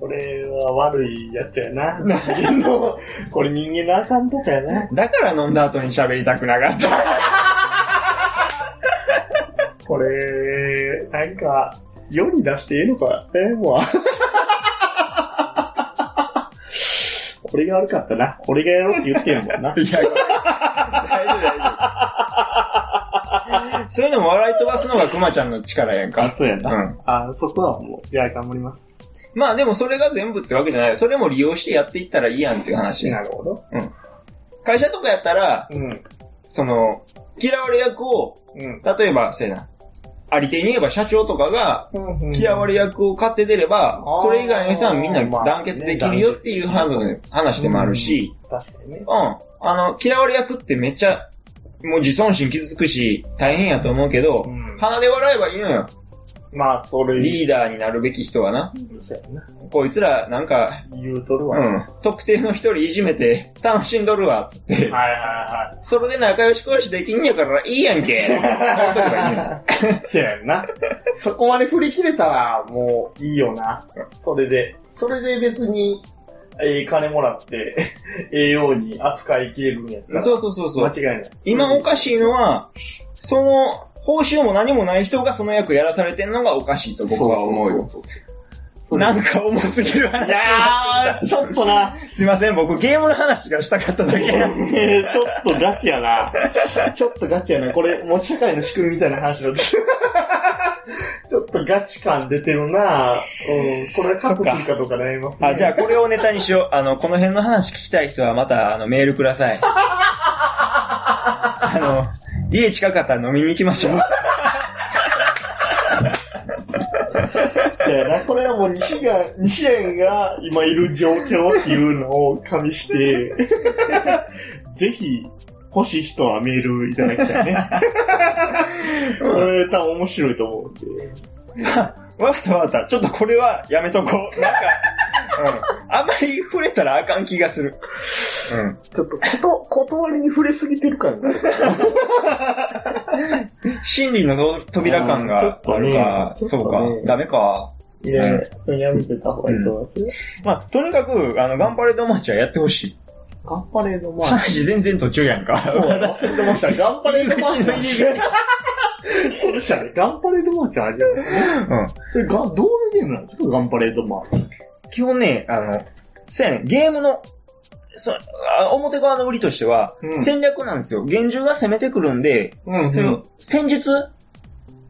S2: これは悪いやつやな。人間の、これ人間のあかんとかやな。
S3: だから飲んだ後に喋りたくなか った。
S2: これ、なんか、世に出していいのか。えー、も う。これが悪かったな。これがやろうって言ってんもんな。
S3: いや、大丈夫大丈夫。そういうのも笑い飛ばすのがクマちゃんの力やん
S2: あ、
S3: か。
S2: そうや
S3: う
S2: な。
S3: ん。
S2: あ、そこはもう、いや、頑張ります。
S3: まあでもそれが全部ってわけじゃない。それも利用してやっていったらいいやんっていう話。
S2: るほど。
S3: 会社とかやったら、
S2: うん。
S3: その、嫌われ役を、
S2: うん。
S3: 例えば、せやな。ありていに言えば社長とかが、嫌われ役を買って出れば
S2: あー、
S3: それ以外の人はみんな団結できるよっていう
S2: まあね
S3: 話話でもあるし、
S2: 確かにね
S3: う。ん。あの、嫌われ役ってめっちゃ、もう自尊心傷つくし、大変やと思うけど、
S2: うん
S3: 鼻で笑えばいいのよ。
S2: まあ、それ、
S3: リーダーになるべき人はな。
S2: そうやな。
S3: こいつら、なんか、
S2: 言うとる
S3: う
S2: わ。はい
S3: ん。特定の一人いじめて、楽しんどるわ、つって。
S2: はいはい。
S3: それで仲良し恋しできんやからいいやんけ。ほっとけばいいのよ
S2: そうやんな。そこまで振り切れたら、もういいよな。それで。それで別に、えー金もらって、 栄養に扱いきれるんや ったら。
S3: そうそうそうそう。
S2: 間違いない。
S3: 今おかしいのは、その、報酬も何もない人がその役やらされてんのがおかしいと僕は思うよ。
S2: そう
S3: なんか重すぎる
S2: いやー、ちょっとな。
S3: すいません、僕ゲームの話がしたかっただけや。
S2: ねちょっとガチやな。ちょっとガチやな。これ、もう社会の仕組みみたいな話だった。 ちょっとガチ感出てるな。うん、これカットするかどうか悩みますね。
S3: あ、じゃあこれをネタにしよう。あの、この辺の話聞きたい人はまた、あの、メールくださ い。あの、家近かったら飲みに行きましょう。
S2: そうやな、これはもう西が、西園が今いる状況っていうのを加味して、 ぜひ欲しい人はメールいただきたいね。これ多分面白いと思うんで。
S3: わかったわかった。ちょっとこれはやめとこう。なんか、 うん。あんまり触れたらあかん気がする。うん。
S2: ちょっとこと、断りに触れすぎてるからね。
S3: 心理の扉感があるから、
S2: うんち
S3: そ
S2: ょっとね
S3: う
S2: ちょっ
S3: か
S2: とね、
S3: ダメか。
S2: いや、やめてた方がいいと思いますよ。
S3: まあ、とにかく、あの、ガンパレードマッチはやってほしい。
S2: ガンパレードマン。
S3: 話全然途中やんか。
S2: そうや忘れてました。ガンパレードマン。
S3: 入り 口の入
S2: そうでしたね。ガンパレードマンじゃ味わいますね。
S3: うん。
S2: それが、どういうゲームなんですかガンパレードマン。
S3: 基本ね、あの、そうやね、ゲームの、そうあ表側の売りとしては、
S2: うん
S3: 戦略なんですよ。幻獣が攻めてくるんで、
S2: うん
S3: その戦術、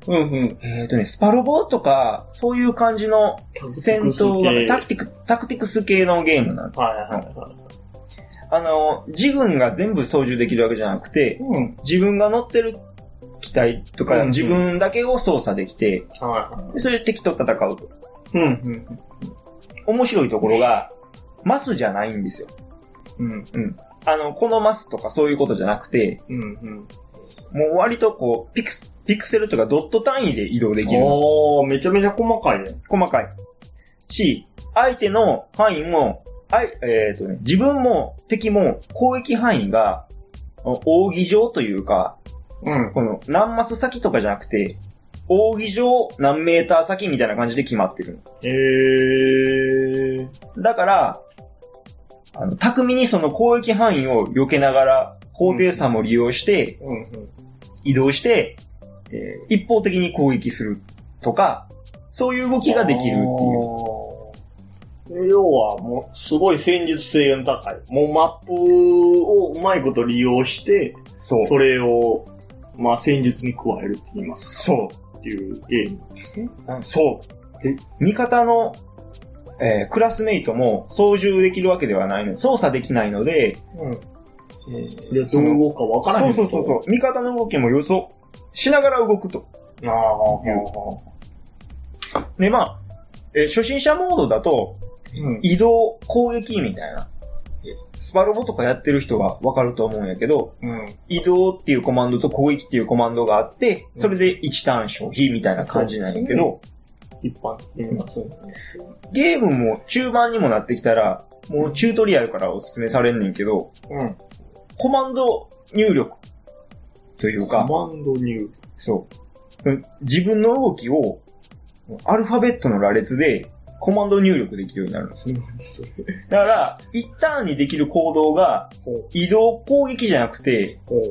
S2: うんうん。
S3: えっ、とね、スパロボとか、そういう感じの戦闘が、タクティクス、タクティクス系のゲームなんです。
S2: はいはいはい。
S3: あの、自軍が全部操縦できるわけじゃなくて、
S2: うん。
S3: 自分が乗ってる機体と
S2: うん
S3: か、
S2: うん
S3: 自分だけを操作できて、
S2: は
S3: でそれで敵と戦うと。
S2: い。うん。
S3: 面白いところが、マスじゃないんですよ。
S2: うん。
S3: あの、好ますとかそういうことじゃなくて、
S2: うん。うん。
S3: もう割とこう、ピクス、ピクセルとかドット単位で移動できる。
S2: ああ、めちゃめちゃ細かいね。
S3: 細かい。し、相手の範囲も、あいえーとね、自分も敵も攻撃範囲が、お扇状というか、
S2: うん。
S3: この何マス先とかじゃなくて、扇状何メーター先みたいな感じで決まってる
S2: ええー。
S3: の。だから、あの、巧みにその攻撃範囲を避けながら、高低差も利用して、
S2: うんうん。
S3: 移動して、えー一方的に攻撃するとか、そういう動きができるっていう。
S2: う。要は、もう、すごい戦術性が高い。もうマップをうまいこと利用して、
S3: そう。
S2: それを、まあ戦術に加えるって言います
S3: そ
S2: っていうゲーム。
S3: う。そう。で味方の、えークラスメイトも操縦できるわけではないの。操作できないので、
S2: う
S3: えー
S2: で、どう動くかわから
S3: そ
S2: へ
S3: うんそうそう
S2: う。
S3: そう。味方の動きも予想しながら動くと。
S2: ああ、
S3: で、まあ、えー初心者モードだと、
S2: うん。
S3: 移動、攻撃みたいな。スパロボとかやってる人はわかると思うんやけど、
S2: うん。
S3: 移動っていうコマンドと攻撃っていうコマンドがあって、それで1ターン消費みたいな感じなんやけど、
S2: 一般的にはそう
S3: ゲームも中盤にもなってきたら、もうチュートリアルからお勧めされんねんけど、
S2: うん。
S3: コマンド入力という
S2: コ
S3: か、
S2: マンド入
S3: そう。うん自分の動きを、アルファベットの羅列でコマンド入力できるようになるんです。
S2: 力。
S3: だから、1ターンにできる行動が
S2: ほう
S3: 移動攻撃じゃなくて、
S2: ほう。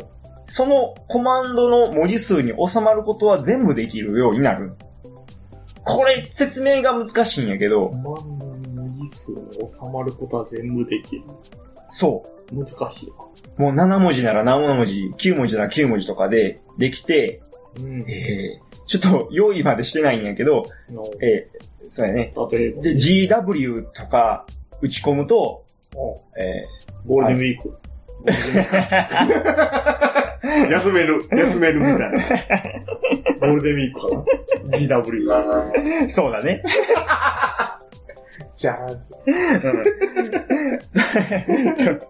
S3: そのコマンドの文字数に収まることは全部できるようになる。これ説明が難しいんやけど
S2: コ、マンドの文字数に収まることは全部できる。
S3: そ
S2: 難しいわ。
S3: う。もう7文字なら7文字、9文字なら9文字とかでできて、
S2: うん
S3: えー、ちょっと用意までしてないんやけど、
S2: の
S3: えー、そうやね。
S2: 例えば、
S3: で、GW とか打ち込むと、
S2: ゴ
S3: え
S2: ールデンウィーク。ゴールデンウィーク 休める、休めるみたいな。ゴールデンウィークかな ?GW が。
S3: ー、そうだね。
S2: じゃあ、
S3: うん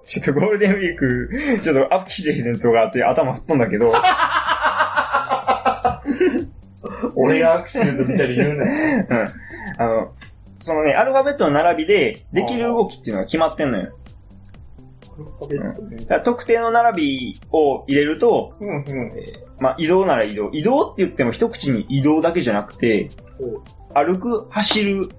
S3: ちょっとゴールデンウィーク、ちょっとアクシデントがあって頭吹っ飛んだけど、
S2: 俺がアクシデントみたいに言うなよ。
S3: うんあの、そのね、アルファベットの並びで、できる動きっていうのが決まってんのよ。
S2: アルファベットみ
S3: だ
S2: た
S3: か
S2: い
S3: ら特定の並びを入れると、
S2: うんうん。
S3: まあ、移動なら移動。移動って言っても一口に移動だけじゃなくて、
S2: こ
S3: 歩く、走る、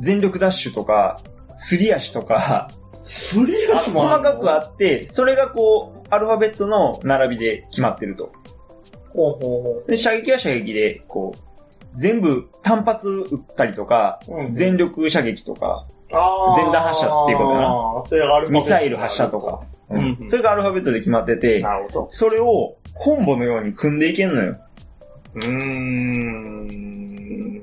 S3: 全力ダッシュとか、すり足とか、
S2: うすり
S3: あ
S2: 足も
S3: 細かくあ
S2: る
S3: って、それがこう、アルファベットの並びで決まってると。
S2: ほうほうほ
S3: で、射撃は射撃で、こう、全部単発撃ったりとか、
S2: う。うん
S3: 全力射撃とか、
S2: あー
S3: 全弾発射っていうことかな
S2: あーそれがアルファベット
S3: ミサイル発射とか。、
S2: うんうん
S3: それがアルファベットで決まってて、
S2: なるほど。
S3: それをコンボのように組んでいけんのよ。
S2: うーん。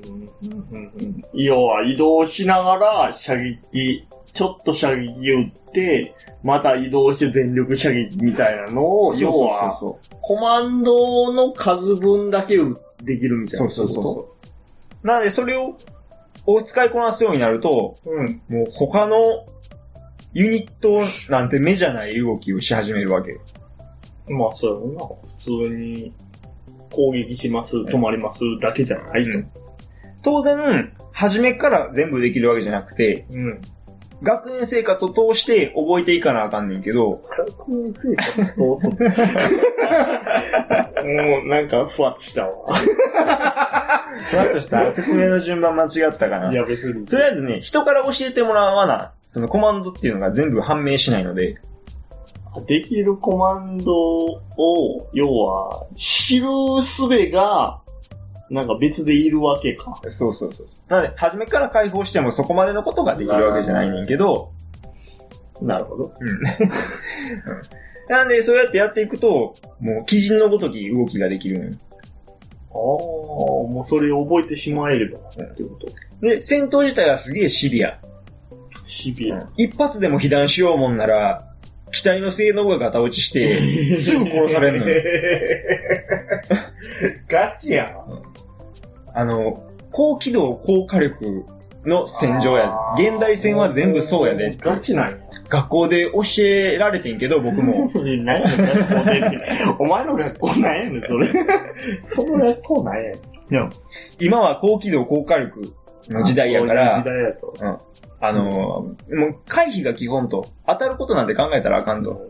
S2: 要は移動しながら射撃、ちょっと射撃打って、また移動して全力射撃みたいなのを、要は、
S3: そう
S2: コマンドの数分だけできるみた
S3: そうそ
S2: いなこと。
S3: うそうそう。なのでそれを、を使いこなすようになると、
S2: う。うん。
S3: もう他のユニットなんて目じゃない動きをし始めるわけ。
S2: まあ、そうやろな。普通に攻撃します、止まりますだけじゃないと。
S3: 当然、初めから全部できるわけじゃなくて、
S2: うん。
S3: 学園生活を通して覚えていかなあかんねんけど、
S2: 学園生 活どうするもうなんかふわっとしたわ。
S3: ふわっとした説明の順番間違ったかな。
S2: いや別に。
S3: とりあえずね、人から教えてもらわな、そのコマンドっていうのが全部判明しないので、
S2: できるコマンドを、要は、知る術が、なんか別でいるわけか。
S3: そうそうそう。なので、初めから解放してもそこまでのことができるわけじゃないねんけど、
S2: なるほど。
S3: うん。 なんで、そうやってやっていくと、もう、基人のごとき動きができるのよ
S2: ああ、もうそれを覚えてしまえれば、っていうこと。
S3: で、戦闘自体はすげえシビア。
S2: シビア。
S3: 一発でも被弾しようもんなら、機体の性能がガタ落ち して、すぐ殺されるのよ。
S2: よ。 ガチやん。
S3: あの、高機動、高火力、の戦場やで。現代戦は全部そうやで。
S2: ガチなんや。
S3: 学校で教えられてんけど、僕 も。
S2: 何やねん、学校でって。お前の学校なんやねん、それ。その学校なんやねん。
S3: でも今は高機動、高火力の時代やか
S2: 時
S3: ら、
S2: 代やと。
S3: あのー、もう回避が基本と。当たることなんて考えたらあかんと。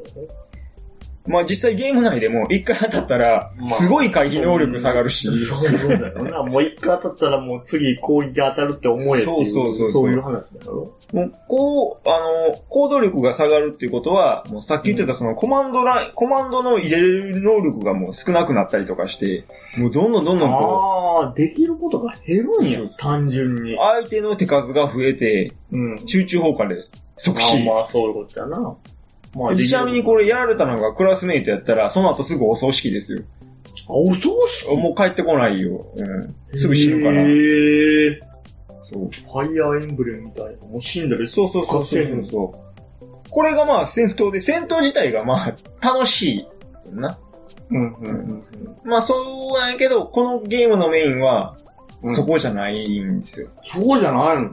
S3: まあ実際ゲーム内でも一回当たったら、
S2: まあ
S3: すごい回避能力下がるし。
S2: そういうことだよな。もう一回当たったらもう次攻撃当たるって思えっていう。
S3: そうそうそうそう
S2: そういう話だろ。
S3: もう、こう、あの、行動力が下がるっていうことは、もうさっき言ってたそのコマンドライン、コマンドの入れる能力がもう少なくなったりとかして、もうどんどんどんどんこ
S2: ああ、できることが減るんや
S3: そう、
S2: 単
S3: う、
S2: 純に。
S3: 相手の手数が増えて、
S2: うん。
S3: 集中砲火で即死。
S2: まあまあ、そういうことやな。まあ、
S3: でちなみにこ
S2: れ。
S3: れやられたのがクラスメイトやったら、その後すぐお葬式ですよ。
S2: あ、お葬式
S3: もう帰ってこないよ。うん。すぐ死ぬから。
S2: へー
S3: そう
S2: ファイアーエンブレムみたいな。もう死んだり
S3: そうそうそうそうそうそう。これがまあ戦闘で、戦闘自体がまあ楽しいな。
S2: うんうんうんうん。
S3: まあそうなんやけど、このゲームのメインは
S2: うん、
S3: そこじゃないんですよ。
S2: そうじゃないの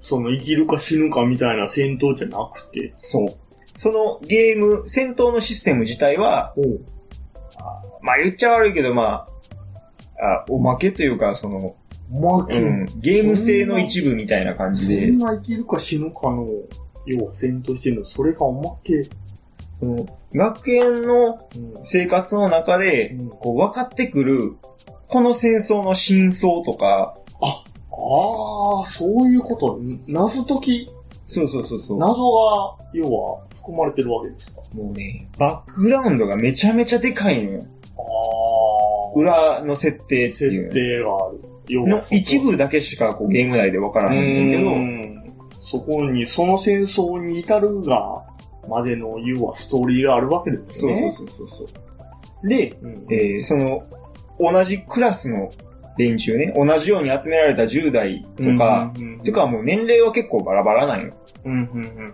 S2: その生きるか死ぬかみたいな戦闘じゃなくて。
S3: そう。そのゲーム、戦闘のシステム自体は、
S2: おう
S3: まあ言っちゃ悪いけど、まあ、あおまけというか、その、
S2: 負
S3: う
S2: け、
S3: ん、ゲーム性の一部みたいな感
S2: そ
S3: じで
S2: ん、な生きるか死ぬかの、要は戦闘してるの、それがおまけ。
S3: その学園の
S2: うん。
S3: 生活の中で、こう分かってくる、この戦争の真相とか、
S2: ああ、そういうこと。謎解き、
S3: そうそうそうそう。も
S2: 謎が、要は、含まれてるわけですか。
S3: うね、バックグラウンドがめちゃめちゃでかいのよ。
S2: ああ。
S3: 裏の設定って
S2: 設
S3: いう。
S2: 定がある。要
S3: の一部だけしかこうゲーム内でわから
S2: な
S3: なんいんだけど、
S2: けど、そこに、その戦争に至るが、までの、要はストーリーがあるわけです
S3: そう
S2: よね。
S3: そうそうそうそう。で、
S2: そうそう。え
S3: えーその、同じクラスの連中ね、同じように集められた10代とか、、て、かもう年齢は結構バラバラなんよ。
S2: うんうん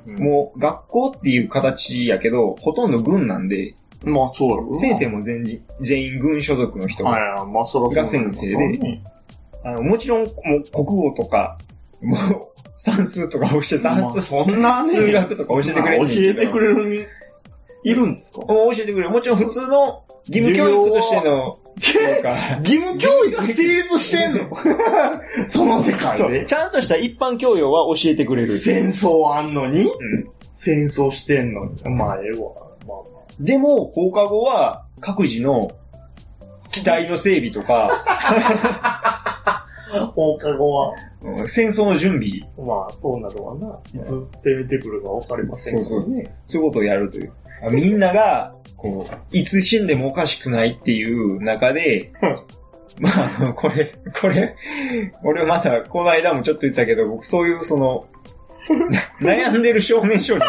S2: うん、も
S3: もう学校っていう形やけど、ほとんど軍なんで、
S2: うん、まあそうだろうな
S3: 先生も全員全員軍所属の人、
S2: はいはい、まあそらそうだ
S3: が先生で
S2: まあそうね
S3: あの。もちろんもう国語とか、もう算数とか教えて、算
S2: まあ
S3: 数、
S2: そんなね。
S3: 数学とか教えてくれんねん
S2: まあ
S3: け
S2: 教
S3: ど
S2: えてくれる、いるんですか
S3: もう教えてくれる。もちろん普通の義務教育としての、なんか
S2: 義務教育が成立してんの その世界
S3: そう。
S2: で。
S3: ちゃんとした一般教養は教えてくれる。
S2: 戦争あんのに、
S3: うん
S2: 戦争してんのに。まあええわ。まあまあ。
S3: でも、放課後は各自の機体の整備と か、
S2: 放課後は、
S3: うん戦争の準備、
S2: まあ、そうなるわな。いつ攻めてくるか分かりませんけどね。
S3: そういうことをやるという。あみんなが、こう、いつ死んでもおかしくないっていう中で
S2: うん、
S3: まああの、これ、これ、俺また、この間もちょっと言ったけど、僕そういうその、な悩んでる少年少女。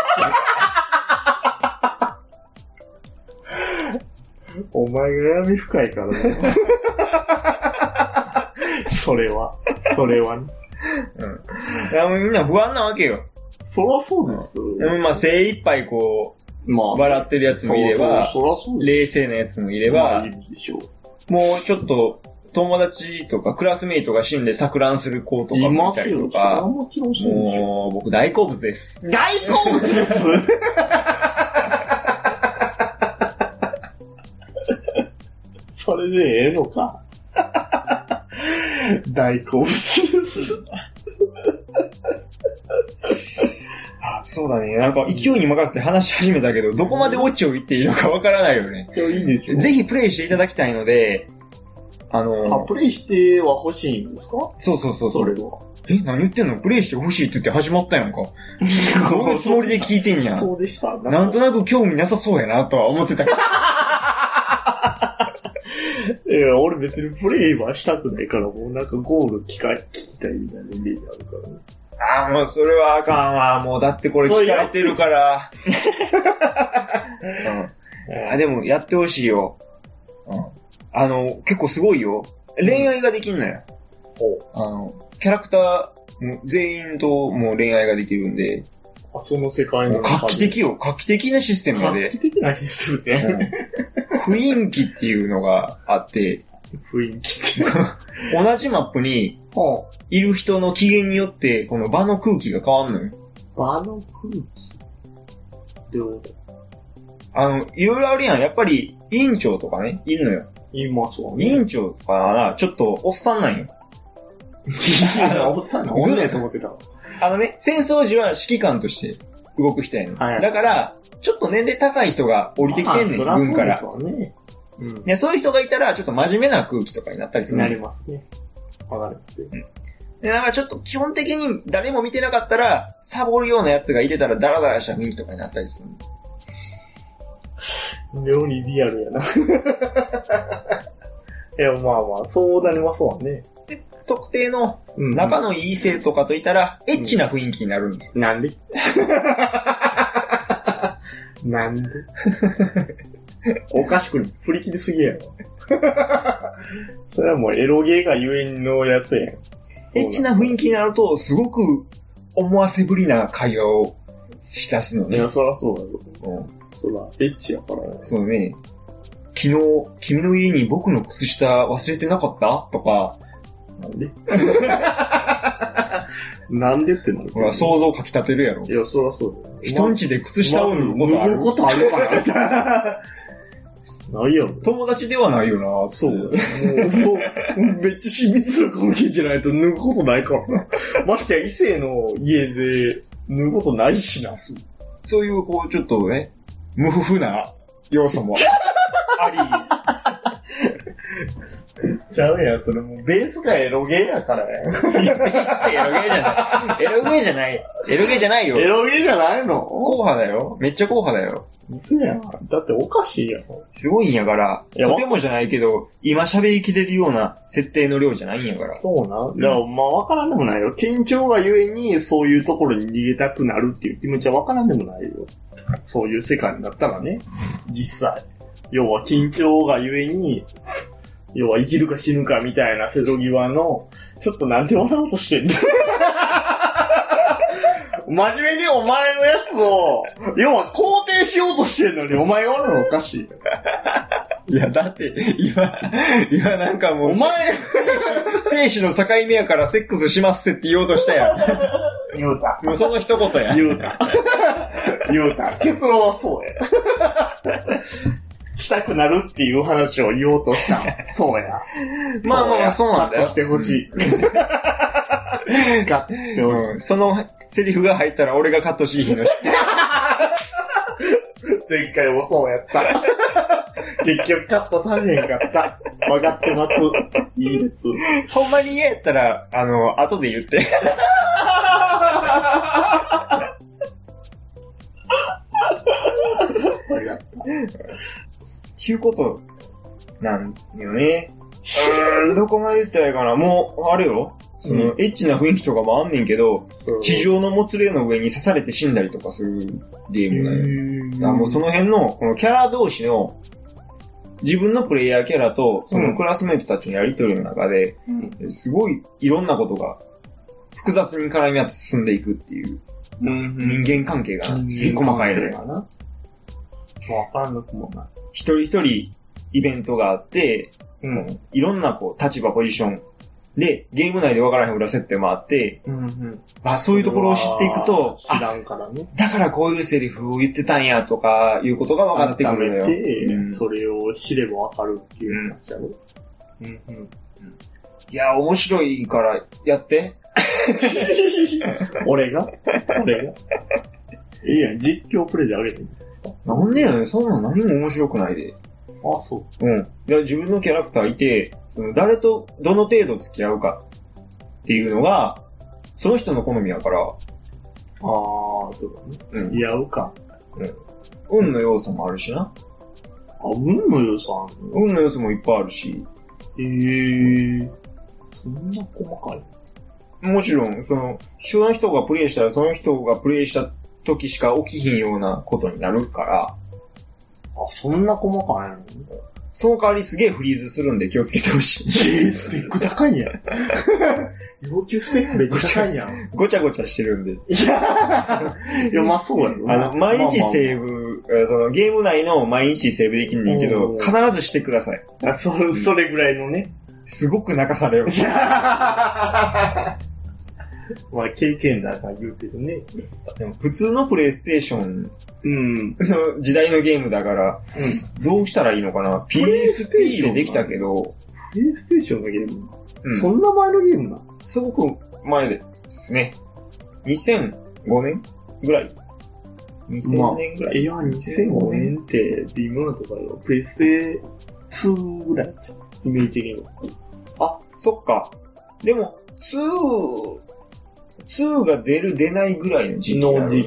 S2: お前が闇深 いからね。それは、それはね。
S3: うん。いやもうみんな不安なわけよ。
S2: そらそうです
S3: でもまあ精一杯こ
S2: ま
S3: う、笑ってるやつもいれば、
S2: そうそうそらそうです。
S3: 冷静なやつもいれば
S2: まあい、るでしょう。
S3: もうちょっと友達とかクラスメイトが死んで錯乱する子とか
S2: い
S3: も
S2: ま
S3: いた
S2: す
S3: りと
S2: よ。そら
S3: か、
S2: もちろんそうでしょ。
S3: もう僕大好物です。
S2: 大好物ですそれでええ のか大好物です。
S3: あそうだね。なんか勢いに任せて話し始めたけど、どこまでオチを言っていいのかわからないよね。
S2: いやいいでしょ
S3: ぜひプレイしていただきたいので、あ
S2: あ、
S3: の、
S2: プレイしては欲しいんですか
S3: そうそうそうそ
S2: そうれ。は。
S3: え、何言ってんのプレイしてほしいって言って始まった やんか。どういうつもりで聞いてんや。
S2: そうでした。
S3: なんとなく興味なさそうやなとは思ってたけど。
S2: いや、俺別にプレイはしたくないから、もうなんかゴール機械聞きたいみたいなイメージあるからね。
S3: ああ、もうそれはあかんわ。もうだってこれ聞かれてる から。うん、あでもやってほしいよ、うん。あの、結構すごいよ。恋愛ができんのよ。あの、キャラクターも全員ともう恋愛ができるんで、
S2: あ、その世界
S3: も
S2: の
S3: う画期的よ。画期的なシステムや
S2: 画
S3: で。
S2: 期的なシステムって。
S3: うん雰囲気っていうのがあって、
S2: 雰囲気。
S3: 同じマップに
S2: はあ、
S3: いる人の機嫌によって、この場の空気が変わんのよ。
S2: 場の空気でも、
S3: あの、いろいろあるやん。やっぱり、委員長とかね、いるのよ。
S2: 言いますわ
S3: 委
S2: ね。
S3: 員長とかは、ちょっと、おっさん なんよ。あの
S2: おっさんの女やと思ってたわ。
S3: あのね、戦争時は指揮官として動く人やねん。
S2: はい
S3: だから、ちょっと年齢高い人が降りてきてんねん、
S2: まあそ
S3: 軍からら。
S2: そうですわね。
S3: で、そういう人がいたら、ちょっと真面目な空気とかになったり
S2: う
S3: す
S2: ん。
S3: る
S2: な
S3: の
S2: り
S3: よ。
S2: ますね。わかるって。
S3: で、なんかちょっと基本的に誰も見てなかったら、サボるようなやつがいてたらダラダラした雰囲気とかになったりするの。
S2: 妙にリアルやな。 いや、まあまあ、そうなりますわね。
S3: 特定の
S2: うん
S3: 仲のいい生とかといたら、エッチな雰囲気になるんですよ。
S2: なん でなんで おかしくに振り切りすぎやろ。 それはもうエロゲーがゆえんのやつやん。
S3: エッチな雰囲気になると、すごく思わせぶりな会話をしだすの
S2: い
S3: ね
S2: や、。そらそうだよ。
S3: うん
S2: そら、エッチやからね。
S3: そうね、昨日、君の家に僕の靴下忘れてなかったとか、
S2: なん でなんでってなる
S3: ほら、想像かきたてるやろ
S2: い。や、そらそうだよ。
S3: 人んちで靴下を脱ぐことあ
S2: 脱
S3: る
S2: ぐ。ことあるかなみたい な。ないやろ。
S3: 友達ではないよな、
S2: そう。もう、もうめっちゃ親密な関係じゃないと脱ぐことないからな。ましてや異性の家で脱ぐことないしな。
S3: そういう、こう、ちょっとね、無夫婦な要素もあ
S2: ちゃうやん、それもうベースがエロゲーやからや
S3: り。 エロゲーじゃない。エロゲーじゃない。エロゲーじゃない
S2: エ
S3: よ。
S2: ロゲーじゃないの
S3: 硬派だよ。めっちゃ硬派だよ。
S2: そうやん。だっておかしいやん。
S3: すごいんやから、
S2: いや
S3: とてもじゃないけど、今喋りきれるような設定の量じゃないんやから。
S2: そうな。だから、まあ、わからんでもないよ。緊張がゆえに、そういうところに逃げたくなるっていう気持ちはわからんでもないよ。そういう世界になったらね。実際。要は、緊張がゆえに、要は、生きるか死ぬかみたいな瀬戸際の、ちょっとなんて笑おうとして んだ。真面目にお前のやつを、要は肯定しようとしてんのに、お前が笑うのおかしい。
S3: いや、だって、今、今なんかもう
S2: お、前、
S3: 生死の境目やからセックスしますって言おうとした や
S2: 言うた
S3: ん。もうその一言やん。
S2: 言うた。 言うた。結論はそうや。 したくなるっていう話を言おうとしたの。そうや。
S3: まあまあまあそうなんだよ
S2: カットしてほしい。ガッとしてほしい。
S3: うん、そのセリフが入ったら俺がカットしいひんの 知ってる
S2: 前回もそうやった。結局カットされへんかった。分かってます。いいです。
S3: ほんまに嫌やったら、あの、後で言って。っていうこと、なんよね。うーん、どこまで言ったらいいかな。もう、あれよ。その、エッチな雰囲気とかもあんねんけど、地上のもつれの上に刺されて死んだりとかするゲームなんよ。だからもうその辺の、このキャラ同士の、自分のプレイヤーキャラと、そのクラスメイトたちのやりとりの中で、
S2: うん
S3: すごいいろんなことが、複雑に絡み合って進んでいくっていう、人間関係がすげえ細かいのよ。
S2: な。わからなくもない。
S3: 一人一人イベントがあって、
S2: う
S3: もういろんなこう立場、ポジション、で、ゲーム内で分からへん裏設定もあって、
S2: ん。
S3: あ、そういうところを知っていくと、
S2: 知
S3: あ、
S2: らんからね。
S3: だからこういうセリフを言ってたんやとか、いうことが分かってくるのよ。
S2: 改めて
S3: うん
S2: それを知ればわかるっていう話だろ。うんうん。
S3: いや、面白いからやって。
S2: 俺が俺がいいやん、実況プレイであげてみて
S3: なんでやねん、そんなん何も面白くないで。
S2: あ、そう。
S3: うん。いや、自分のキャラクターいて、その誰とどの程度付き合うかっていうのが、その人の好みやから、
S2: ああ、そうだね。
S3: うん。
S2: 似合うか。
S3: 運の要素もあるしな。
S2: あ、運の良さあんの
S3: 運の要素もいっぱいあるし、
S2: えー。そんな細かい
S3: もちろん、その、その人がプレイしたら、その人がプレイした時しか起きひんようなことになるから、
S2: あ、そんな細かいの
S3: その代わりすげえフリーズするんで気をつけてほしい。
S2: えー、スペック高いや ん。要求スペックめっちゃ高いやん。
S3: ごちゃごちゃしてるんで。
S2: いや、いやまあそうやろ
S3: あの、毎日セー
S2: ブ。
S3: ブブ、えーそのゲーム内の毎日セーブできるんだけ
S2: う
S3: ど、
S2: ん
S3: 必ずしてください。
S2: あそれ、それぐらいのね。
S3: すごく泣かされる。
S2: まあ、経験だから言うけどね。
S3: でも普通のプレイステーション
S2: うん。
S3: の時代のゲームだから、どうしたらいいのかな
S2: プレイステーシ
S3: ?PSP
S2: ョン
S3: でできたけど、
S2: プレイステーションのゲーム、
S3: うん
S2: そんな前のゲームなの
S3: すごく前ですね。2005年ぐらい ?2000 年ぐらい、
S2: いや、2005年って、微妙なところよ。プレステ2ぐらいじゃん。イメージ的には。
S3: あ、そっか。でも、2、2が出る出ないぐらいの時期だろうな
S2: の時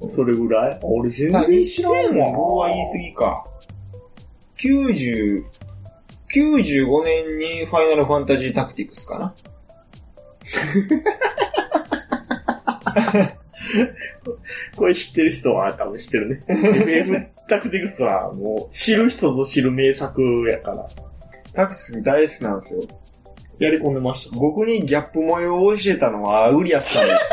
S2: 期それぐらい俺全
S3: まあ、
S2: 然知らんわ。
S3: 2005は言い過ぎか。90、95年にファイナルファンタジータクティクスかな。
S2: これ知ってる人は多分知ってるね。FM タクティクスはもう知る人ぞ知る名作やから。
S3: タクティクス大好きなんですよ。
S2: やり込んでました。
S3: 僕にギャップ模様を教えたのはウリアスさんです。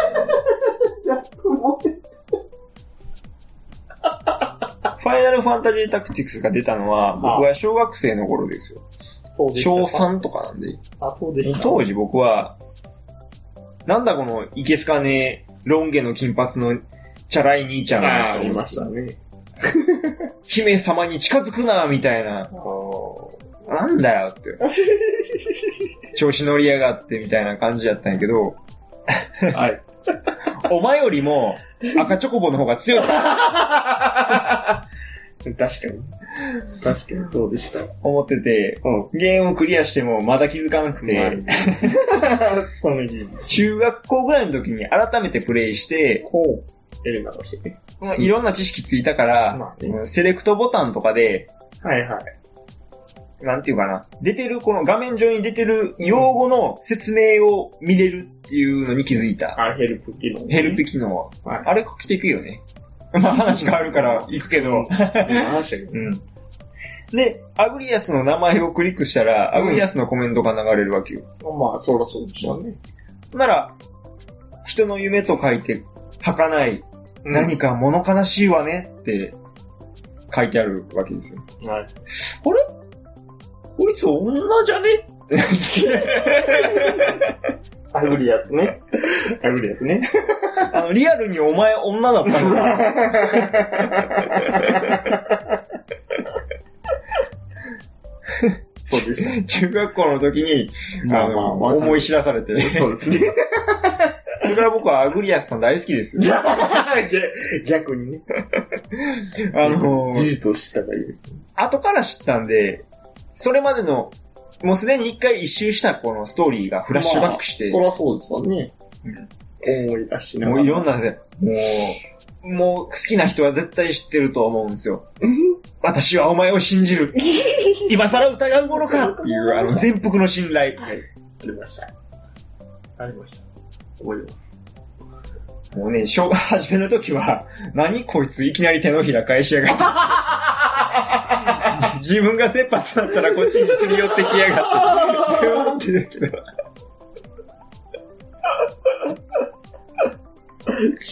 S3: ファイナルファンタジータクティクスが出たのは、僕は小学生の頃ですよ。
S2: そうでした
S3: 小
S2: か。
S3: 3とかなんで。
S2: あ、そうでした。
S3: 当時僕は、なんだこのいけすかねえ、ロン毛の金髪のチャラい兄ちゃん
S2: あ
S3: は
S2: ありましたね。
S3: 姫様に近づくな、みたいな。なんだよって。調子乗りやがって、みたいな感じやったんやけど、
S2: はい。
S3: お前よりも赤チョコボの方が強い。
S2: 確かに。確かに、そうでした。
S3: 思ってて、
S2: うん。
S3: ゲームクリアしてもまだ気づかなくて、
S2: その日、
S3: 中学校ぐらいの時に改めてプレイして、
S2: こう、やり直してね。
S3: まあいろんな知識ついたから、
S2: まあね。
S3: セレクトボタンとかで、
S2: はいはい。
S3: なんていうかな、出てる、この画面上に出てる用語の説明を見れるっていうのに気づいた。
S2: あ、ヘルプ機能、
S3: ヘルプ機能は。
S2: はい。
S3: あれ書きていくよね。まあ話変わるから行くけど。
S2: 話したけど。
S3: うん。で、アグリアスの名前をクリックしたら、
S2: うん
S3: アグリアスのコメントが流れるわけよ。
S2: まあ、そらそうでしたね。
S3: なら、人の夢と書いて、儚い、何か物悲しいわねって書いてあるわけですよ。
S2: はい。
S3: こいつ女じゃね
S2: アグリアスね。アグリアスね。
S3: あの、リアルにお前女だったのか。
S2: そうです。
S3: 中学校の時に、
S2: ま
S3: あ
S2: あまあ
S3: の、
S2: まあ
S3: 思い知らされて。
S2: そうですね。
S3: それから僕はアグリアスさん大好きですよ。
S2: 逆逆にね。
S3: あの、
S2: 事実を知ったがゆ
S3: 後から知ったんで、それまでの、もうすでに一回一周したこのストーリーがフラッシュバックして、
S2: え。そらそうですわね。思い出しなが
S3: も
S2: ら。
S3: ういろんなね、もう、もう好きな人は絶対知ってると思うんですよ。私はお前を信じ る。今更疑うものかっていう、あの、全幅の信頼。
S2: はい。ありました。ありました。思います。
S3: もうね、しょ初めの時 は、何こいついきなり手のひら返しやが って。自分が切羽詰まったらこっちにすり寄ってきやがって。って思ってたけど。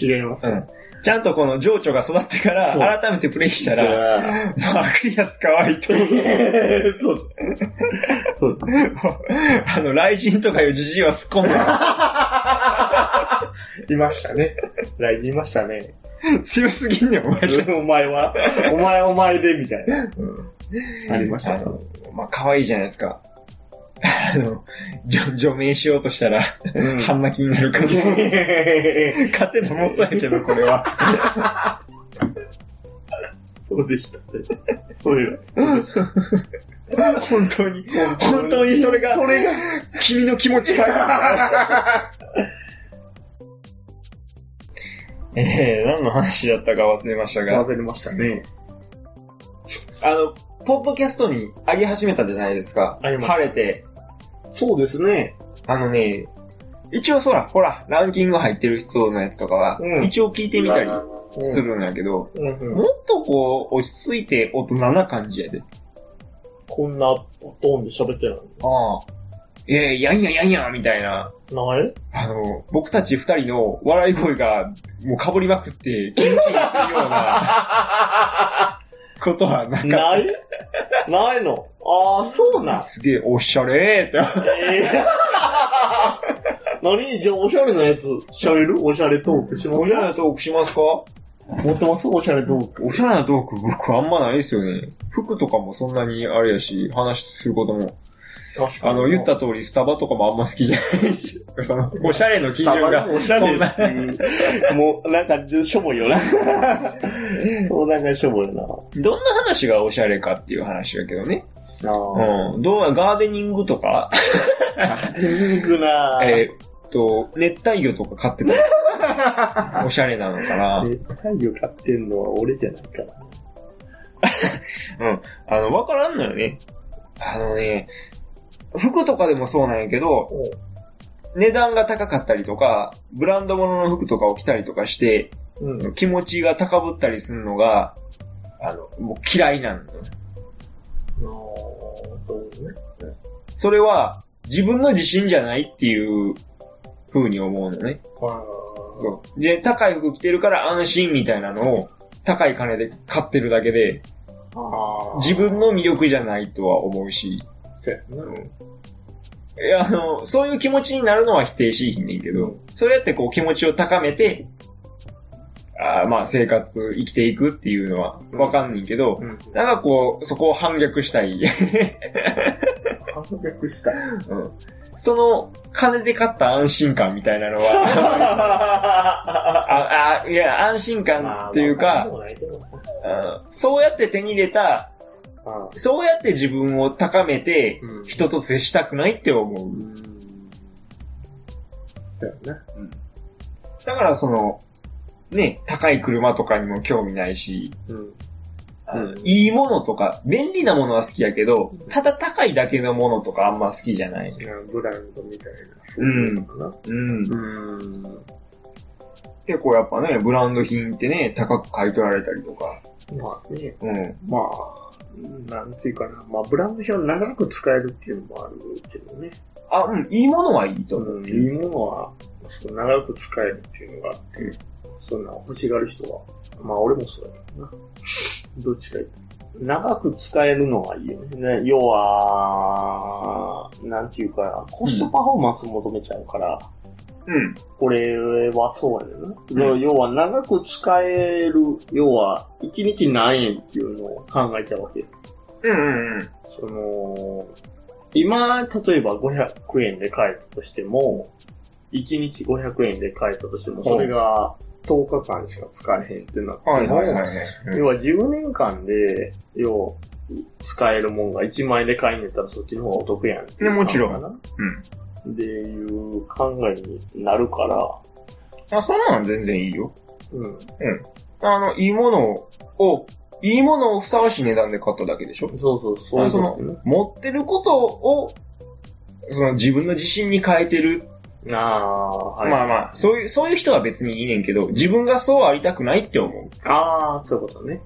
S2: 違います
S3: う。んちゃんとこの情緒が育ってか
S2: そう
S3: ら、改めてプレイしたら、 まあ、アクリアス可 愛いと。
S2: そうです。そうです。
S3: あの、雷神とかいうじじいはすっこん だ。
S2: いましたね。ライブいましたね。
S3: 強すぎんねん、お前。
S2: お前は、お前お前で、みたいな。ありました
S3: あのまあ、可愛いじゃないですか。あの、除除名しようとしたら、
S2: うん
S3: 半泣きになる感 じ。勝手なもんそうやけど、これは。
S2: そうでしたね。そうです。そうでした
S3: 本当に、本当にそれが、
S2: それが、
S3: 君の気持ちか。 えー、何の話だったか忘れましたが
S2: 忘、れましたね。
S3: あの、ポッドキャストに上げ始めたじゃないですか。
S2: ありました
S3: 晴れて。
S2: そうですね。
S3: あのね、一応そら、ほら、ランキング入ってる人のやつとかは、
S2: うん
S3: 一応聞いてみたりす
S2: す。
S3: るんやけど、
S2: うんうん
S3: もっとこう、落ち着いて大人な感じやで。
S2: こんなトーンで喋ってる
S3: ああ。いやいや、やんややんや、みたいな。
S2: のない
S3: あの、僕たち二人の笑い声がもうかぶりまくって、キンキンするようなことはなかった。
S2: ないないの。ああ、そうなん。
S3: すげえ、おしゃれーって。
S2: え え何じゃあ、おしゃれなやつ、喋るおしゃれトークしま
S3: おし
S2: す
S3: ゃれなトークしますか
S2: 持ってますおしゃれトーク。
S3: おしゃれなトーク僕あんまないですよね。服とかもそんなにあれやし、話することも。
S2: 確
S3: あの、言った通りスタバとかもあんま好きじゃないし、その、おしゃれの基
S2: た
S3: 準が。
S2: おしゃれっていう。もう、なんか、しょぼいよな。 そう、なんかしょぼいよな。
S3: どんな話がおしゃれかっていう話だけどね。
S2: あ
S3: うん。どうなガーデニングとか、
S2: あ。ピンクなぁ。
S3: えーっと、熱帯魚とか飼ってた らおしゃれなのかな。
S2: で太陽買ってんのは俺じゃないから。
S3: あの、わからんのよね。あのね、服とかでもそうなんやけど、値段が高かったりとか、ブランド物の服とかを着たりとかして、
S2: うん。
S3: 気持ちが高ぶったりするのが、あの、もう嫌いなのよ。
S2: そうね。
S3: それは、自分の自信じゃないっていう風に思うのね。
S2: は
S3: そう。で、高い服着てるから安心みたいなのを、高い金で買ってるだけで、
S2: あ
S3: 自分の魅力じゃないとは思うし、いや、あの、そういう気持ちになるのは否定しひんねんけど、そうやってこう気持ちを高めて、あーまあ生活、生きていくっていうのはわかんねんけど、
S2: うん。
S3: なんかこう、そこを反逆したい。
S2: 反逆した。
S3: うんその、金で買った安心感みたいなのは、 あ、あ、いや、安心感っていうか、うんそうやって手に入れた、そうやって自分を高めて、
S2: うん。
S3: 人と接したくないって思う。
S2: だよね。
S3: だからその、ね、高い車とかにも興味ないし、
S2: うん。うん
S3: いいものとか、便利なものは好きやけど
S2: うん、
S3: ただ高いだけのものとかあんま好きじゃない。
S2: ブランドみたいな。かな。
S3: うん。
S2: うん。
S3: 結構やっぱね、ブランド品ってね、高く買い取られたりとか。
S2: まあね、
S3: うん。
S2: まあ、なんていうかな。まあ、ブランド品を長く使えるっていうのもあるけどね。
S3: あ、うん、いいものはいいと思う。
S2: うん、いいものは、そう長く使えるっていうのがあって、そんな欲しがる人は、まあ俺もそうだけどな。どっちか言うと長く使えるのはいいよね。ね要は、なんていうかな、コストパフォーマンス求めちゃうから、
S3: うん。
S2: これはそうやねんな、要は長く使える、要は、1日何円っていうのを考えちゃうわけ。
S3: うんうんうん。
S2: その、今、例えば500円で買えたとしても、1日500円で買えたとしても、それが10日間しか使えへんってなっても、
S3: い。
S2: 要は10年間で、要、使えるもんが1万円で買いに行ったらそっちの方がお得やんっていう
S3: ねもちろん
S2: 考えかなっていう考えになるから、
S3: うん。あ、そんなの全然いいよ。
S2: うん。
S3: あの、いいものを、いいものをふさわしい値段で買っただけでしょ
S2: そうそう、そういうことね。
S3: 持ってることを、その自分の自信に変えてる。
S2: ああ、はい。
S3: まあまあ、そういう、そういう人は別にいいねんけど、自分がそうありたくないって思う。
S2: ああ、そういうことね。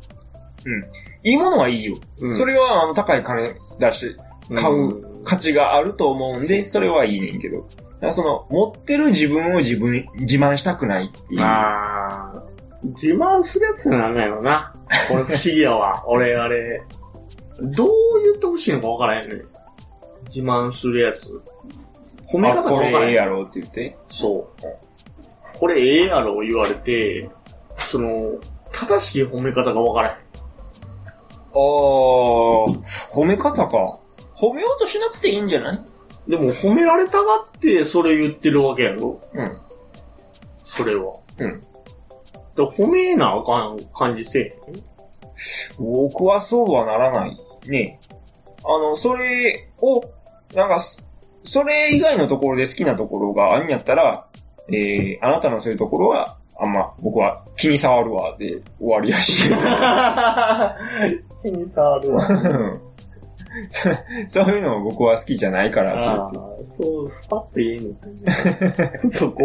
S3: いいものはいいよ。
S2: うん
S3: それは、あの、高い金出して、買う
S2: うん
S3: 価値があると思うんで、それはいいねんけど。だからその、持ってる自分を自分、自慢したくないっていう。
S2: ああ、自慢するやつなんだよな。俺不思議やわ。俺あれ、どう言ってほしいのかわからへんねん。自慢するやつ。褒め
S3: あ
S2: 方が
S3: こ
S2: わ
S3: れ
S2: から
S3: え
S2: へ
S3: え
S2: ん。
S3: やろって言って。
S2: そう。これええやろ言われて、その、正しい褒め方がわからへん。
S3: あー、褒め方か。褒めようとしなくていいんじゃない
S2: でも褒められたがってそれ言ってるわけやろ
S3: うん。
S2: それは。
S3: うん
S2: で褒めなあかん感じせえへん
S3: 僕はそうはならない。ねあの、それを、なんかす、それ以外のところで好きなところがあるんやったら、えー、あなたのそういうところは、あんま、僕は気に障るわ、で終わりやし。
S2: 気に障るわ。
S3: そそういうの僕は好きじゃないから
S2: あ
S3: っ
S2: あ
S3: て言って。、
S2: そう、スパッと言えんのか そこ、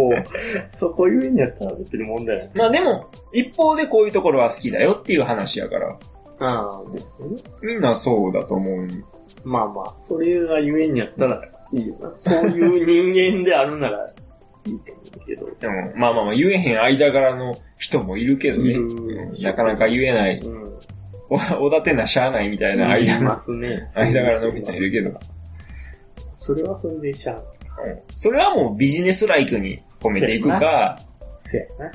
S2: そこ言えんやったら別に問題ない。
S3: まあでも、一方でこういうところは好きだよっていう話やから、
S2: ああ、
S3: みんなそうだと思う。
S2: まあまあ、それが言えんやったらいいよな。そういう人間であるならいいと思うけど。
S3: でも、まあまあまあ、言えへん間柄の人もいるけどね。
S2: い
S3: う
S2: る
S3: んなかなか言えない、
S2: うん。
S3: おおだてなしゃあないみたいな間
S2: い
S3: の、
S2: ますね。
S3: 間柄の人もいるけど。
S2: それはそれでしゃあ、
S3: うんそれはもうビジネスライクに褒めていくか、
S2: せやな。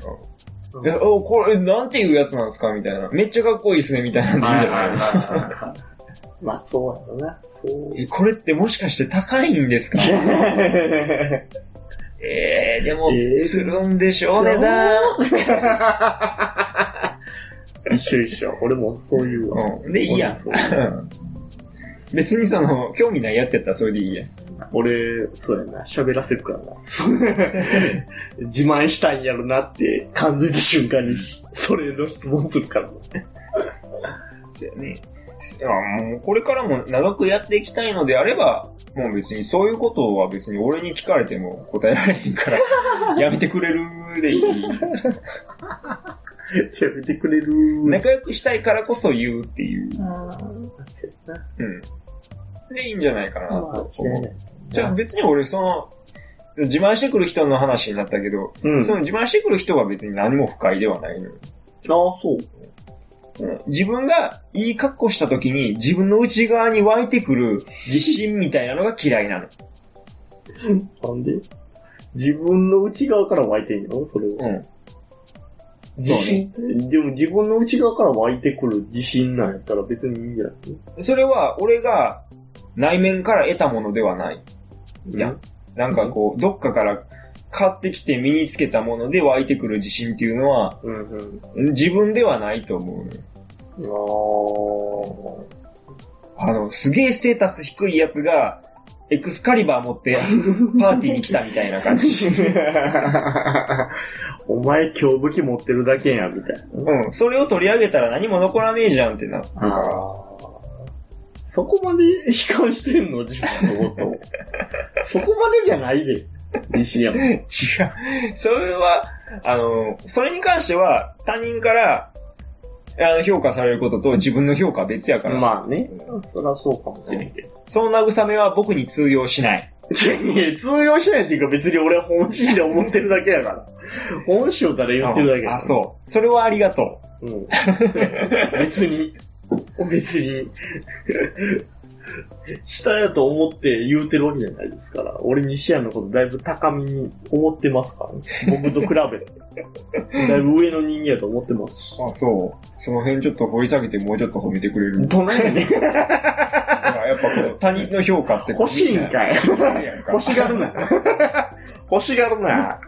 S3: えおこれ、なんていうやつなんですかみたいな。めっちゃかっこいいっすね、みたいなんでいいんじゃない
S2: まあそうやろな。そう。
S3: えこれってもしかして高いんですかえー、でも
S2: え、ー
S3: するんでしょう、値段。
S2: 一緒一緒。俺もそういうわ。
S3: うん。で、いいやん。うん別にその、興味ないやつやったらそれでいいやん。
S2: 俺、そうやな。喋らせるからな。自慢したいんやろなって感じた瞬間に、それの質問するからな。
S3: そうやね。あもうこれからも長くやっていきたいのであれば、もう別にそういうことは別に俺に聞かれても答えられへんから、やめてくれるでいい。
S2: やめてくれる。
S3: 仲良くしたいからこそ言うっていう。
S2: あーそうやな。
S3: うん。で、いいんじゃないかな
S2: まあ
S3: と、思。
S2: 違いうない
S3: じゃあ別に俺その、自慢してくる人の話になったけど、
S2: うん。
S3: そ
S2: あ
S3: の自慢してくる人は別に何も不快ではないのよ、
S2: あ、そう。
S3: うん自分がいい格好した時に自分の内側に湧いてくる自信みたいなのが嫌いなの。
S2: なんで自分の内側から湧いてんのそれは。
S3: うん。
S2: 自信って、でも自分の内側から湧いてくる自信なんやったら別にいいんじゃない
S3: それは俺が内面から得たものではない。いや、なんかこう、どっかから買ってきて身につけたもので湧いてくる自信っていうのは
S2: うんうん。
S3: 自分ではないと思うのよ。
S2: あー
S3: あの、すげえステータス低いやつがエクスカリバー持ってパーティーに来たみたいな感 じ。
S2: お前強武器持ってるだけや、みたいな。
S3: うん。それを取り上げたら何も残らねえじゃんってな。
S2: あそこまで悲観してんの自分の こと。そこまでじゃないで。自信やもん。
S3: 違う。それは、あの、それに関しては、他人から、あの、評価されることと自分の評価は別やから。
S2: まあね。そりゃそうかもしれんけど。
S3: その慰めは僕に通用しない。
S2: いや通用しないっていうか別に俺は本心で思ってるだけやから。本心から言ってるだけ
S3: あ、そう。それはありがと
S2: う。うん。別に、別に、下やと思って言うてるわけじゃないですから。俺西谷のことだいぶ高みに思ってますから、ね、僕と比べて。だいぶ上の人間やと思ってますし。
S3: う。あ、そう。その辺ちょっと掘り下げてもうちょっと褒めてくれ る。
S2: どないやねん。
S3: やっぱこう、他人の評価って
S2: 欲しいんかい。 欲しがるな。欲しがるな。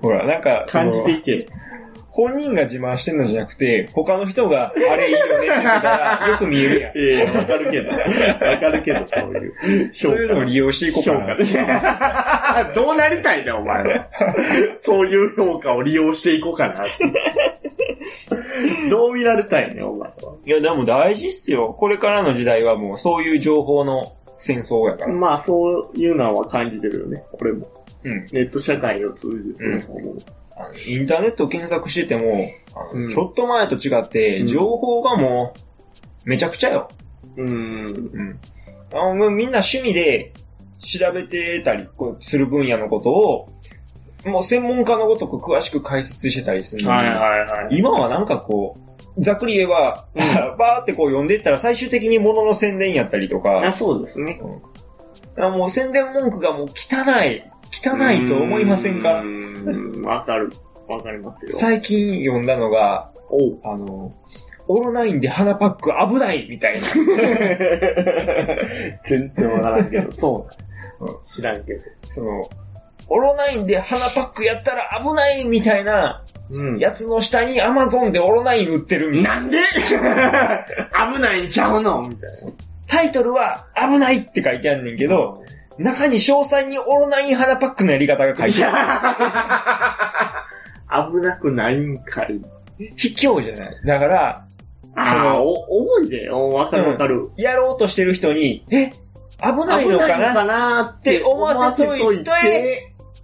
S3: ほら、なんか、そ
S2: 感
S3: の
S2: じていけ。
S3: 本人が自慢してんのじゃなくて、他の人が、あれいいよねって言ったら、よく見えるやん。
S2: ええわかるけど。わかるけど、 そういう。
S3: そういうのを利用していこう
S2: 評
S3: か
S2: 価
S3: な。
S2: で。 どうなりたいね、お前は。そういう評価を利用していこう かなって。どう見られたいね、お前は。
S3: いや、でも大事っすよ。これからの時代はもうそういう情報の戦争やから。
S2: まあ、そういうのは感じてるよね、俺も。
S3: うん。
S2: ネット社会を通じてそう思う。
S3: あのインターネットを検索してても、あの
S2: うん
S3: ちょっと前と違って、
S2: うん
S3: 情報がもう、めちゃくちゃよ。
S2: う
S3: う
S2: ん。
S3: ん。あのもうみんな趣味で調べてたりこうする分野のことを、もう専門家のごとく詳しく解説してたりするのに
S2: はいはいはい。
S3: 今はなんかこう、ざっくり言えば、 バーってこう読んでいったら最終的に物の宣伝やったりとか、
S2: あそうですね。
S3: あもう宣伝文句がもう汚い、汚いと思いませんか
S2: うーん、わかる。わかりますよ。
S3: 最近読んだのが、
S2: お う
S3: あの、オロナインで鼻パック危ないみたいな。
S2: 全然わからんけど、そう
S3: う
S2: なん。知らんけど。
S3: その、オロナインで鼻パックやったら危ないみたいな
S2: うん
S3: やつの下にアマゾンでオロナイン売ってるみたいな。
S2: なんで 危ないんちゃうのみたいな。
S3: タイトルは危ないって書いてあんねんけど、中に詳細にオロナイン鼻パックのやり方が書い
S2: い
S3: てある。
S2: や危なくないんかい。
S3: 卑怯じゃない。だから、
S2: あ
S3: あ
S2: の、
S3: ー
S2: お、重いで。おわかるわかる。
S3: やろうとしてる人に、え危ないのかな
S2: なーっ
S3: って思わせといて
S2: 思わせといて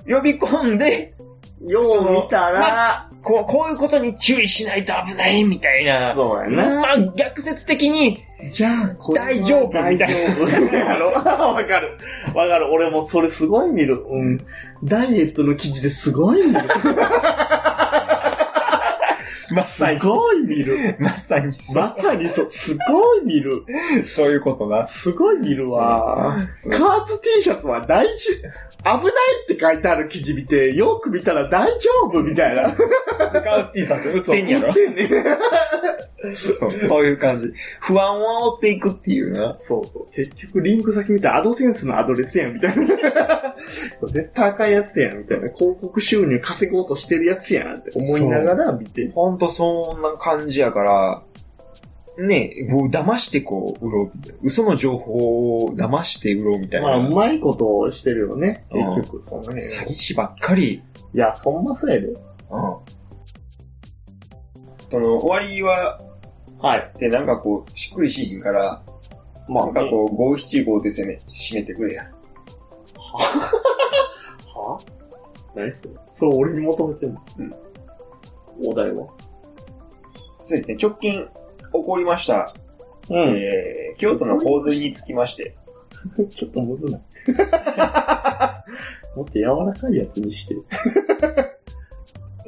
S3: 呼び込んで、
S2: よう見たら、
S3: こう、こういうことに注意しないと危ないみたいな。
S2: そうやな
S3: まあ、逆説的に、
S2: じゃあ、これは
S3: 大丈夫
S2: 大丈夫。 やろわかる。わかる。俺もそれすごい見る。うん。ダイエットの記事ですごい 見る。
S3: ま
S2: す
S3: さに、
S2: ごい見る。
S3: まさにそう、
S2: まさにそう。すごい見る。
S3: そういうことな。
S2: すごい見るわ。
S3: そう
S2: カーツ T シャツは大事、危ないって書いてある記事見て、よく見たら大丈夫みたい
S3: カ
S2: な。
S3: ウティさん、それ
S2: そう
S3: てんやろ
S2: 売ってんね
S3: そう、そういう感じ。不安を煽っていくっていうな。
S2: そうそう。結局リンク先見たらアドセンスのアドレスやん、みたいな。絶対赤いやつやん、みたいな。広告収入稼ごうとしてるやつやんって思いながら見て。
S3: ほんとそんな感じやから、ねえ、もう騙してこう、売ろうみたいな。嘘の情報を騙して売ろうみたい
S2: ま
S3: な。
S2: あ、うまいことをしてるよね。
S3: うん
S2: 結局、その辺。
S3: 詐欺師ばっかり。
S2: いや、ほんまそうやで。
S3: その、終わりは、
S2: はい。
S3: で、なんかこう、しっくりしひんから、
S2: ま
S3: なんかこう、五七五で攻め、締めてくれや。
S2: は何それそれ俺に求めてんの
S3: うん。
S2: お題は
S3: そうですね、直近、起こりました。
S2: う
S3: えー、京都の洪水につきまして。
S2: ちょっとむ ずない。もっと柔らかいやつにして。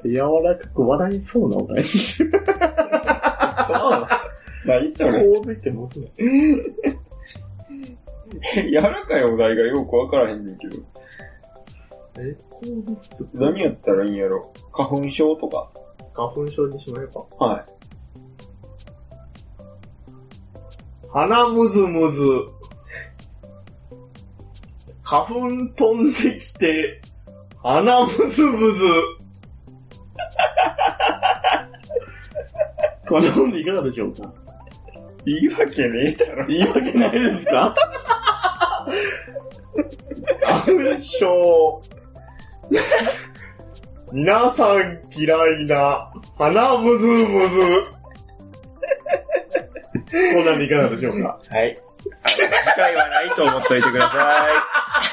S2: 柔らかく笑いそうなお題にして。
S3: そう。何それ。
S2: 洪水ってむずない。
S3: 柔らかいお題がよくわからへんねんけど。
S2: え、洪水って
S3: 何やったらいいんやろ。花粉症とか。
S2: 花粉症にしまえば。
S3: は
S2: 鼻むずむず。花粉飛んできて、鼻むずむず。この本でいかがでしょうか
S3: い。いいわけねえだろ。
S2: 言い訳ないですか花粉症。皆さん嫌いな、鼻むずむず。こんなんでいかがでしょうか
S3: はい。次回はないと思っといてください。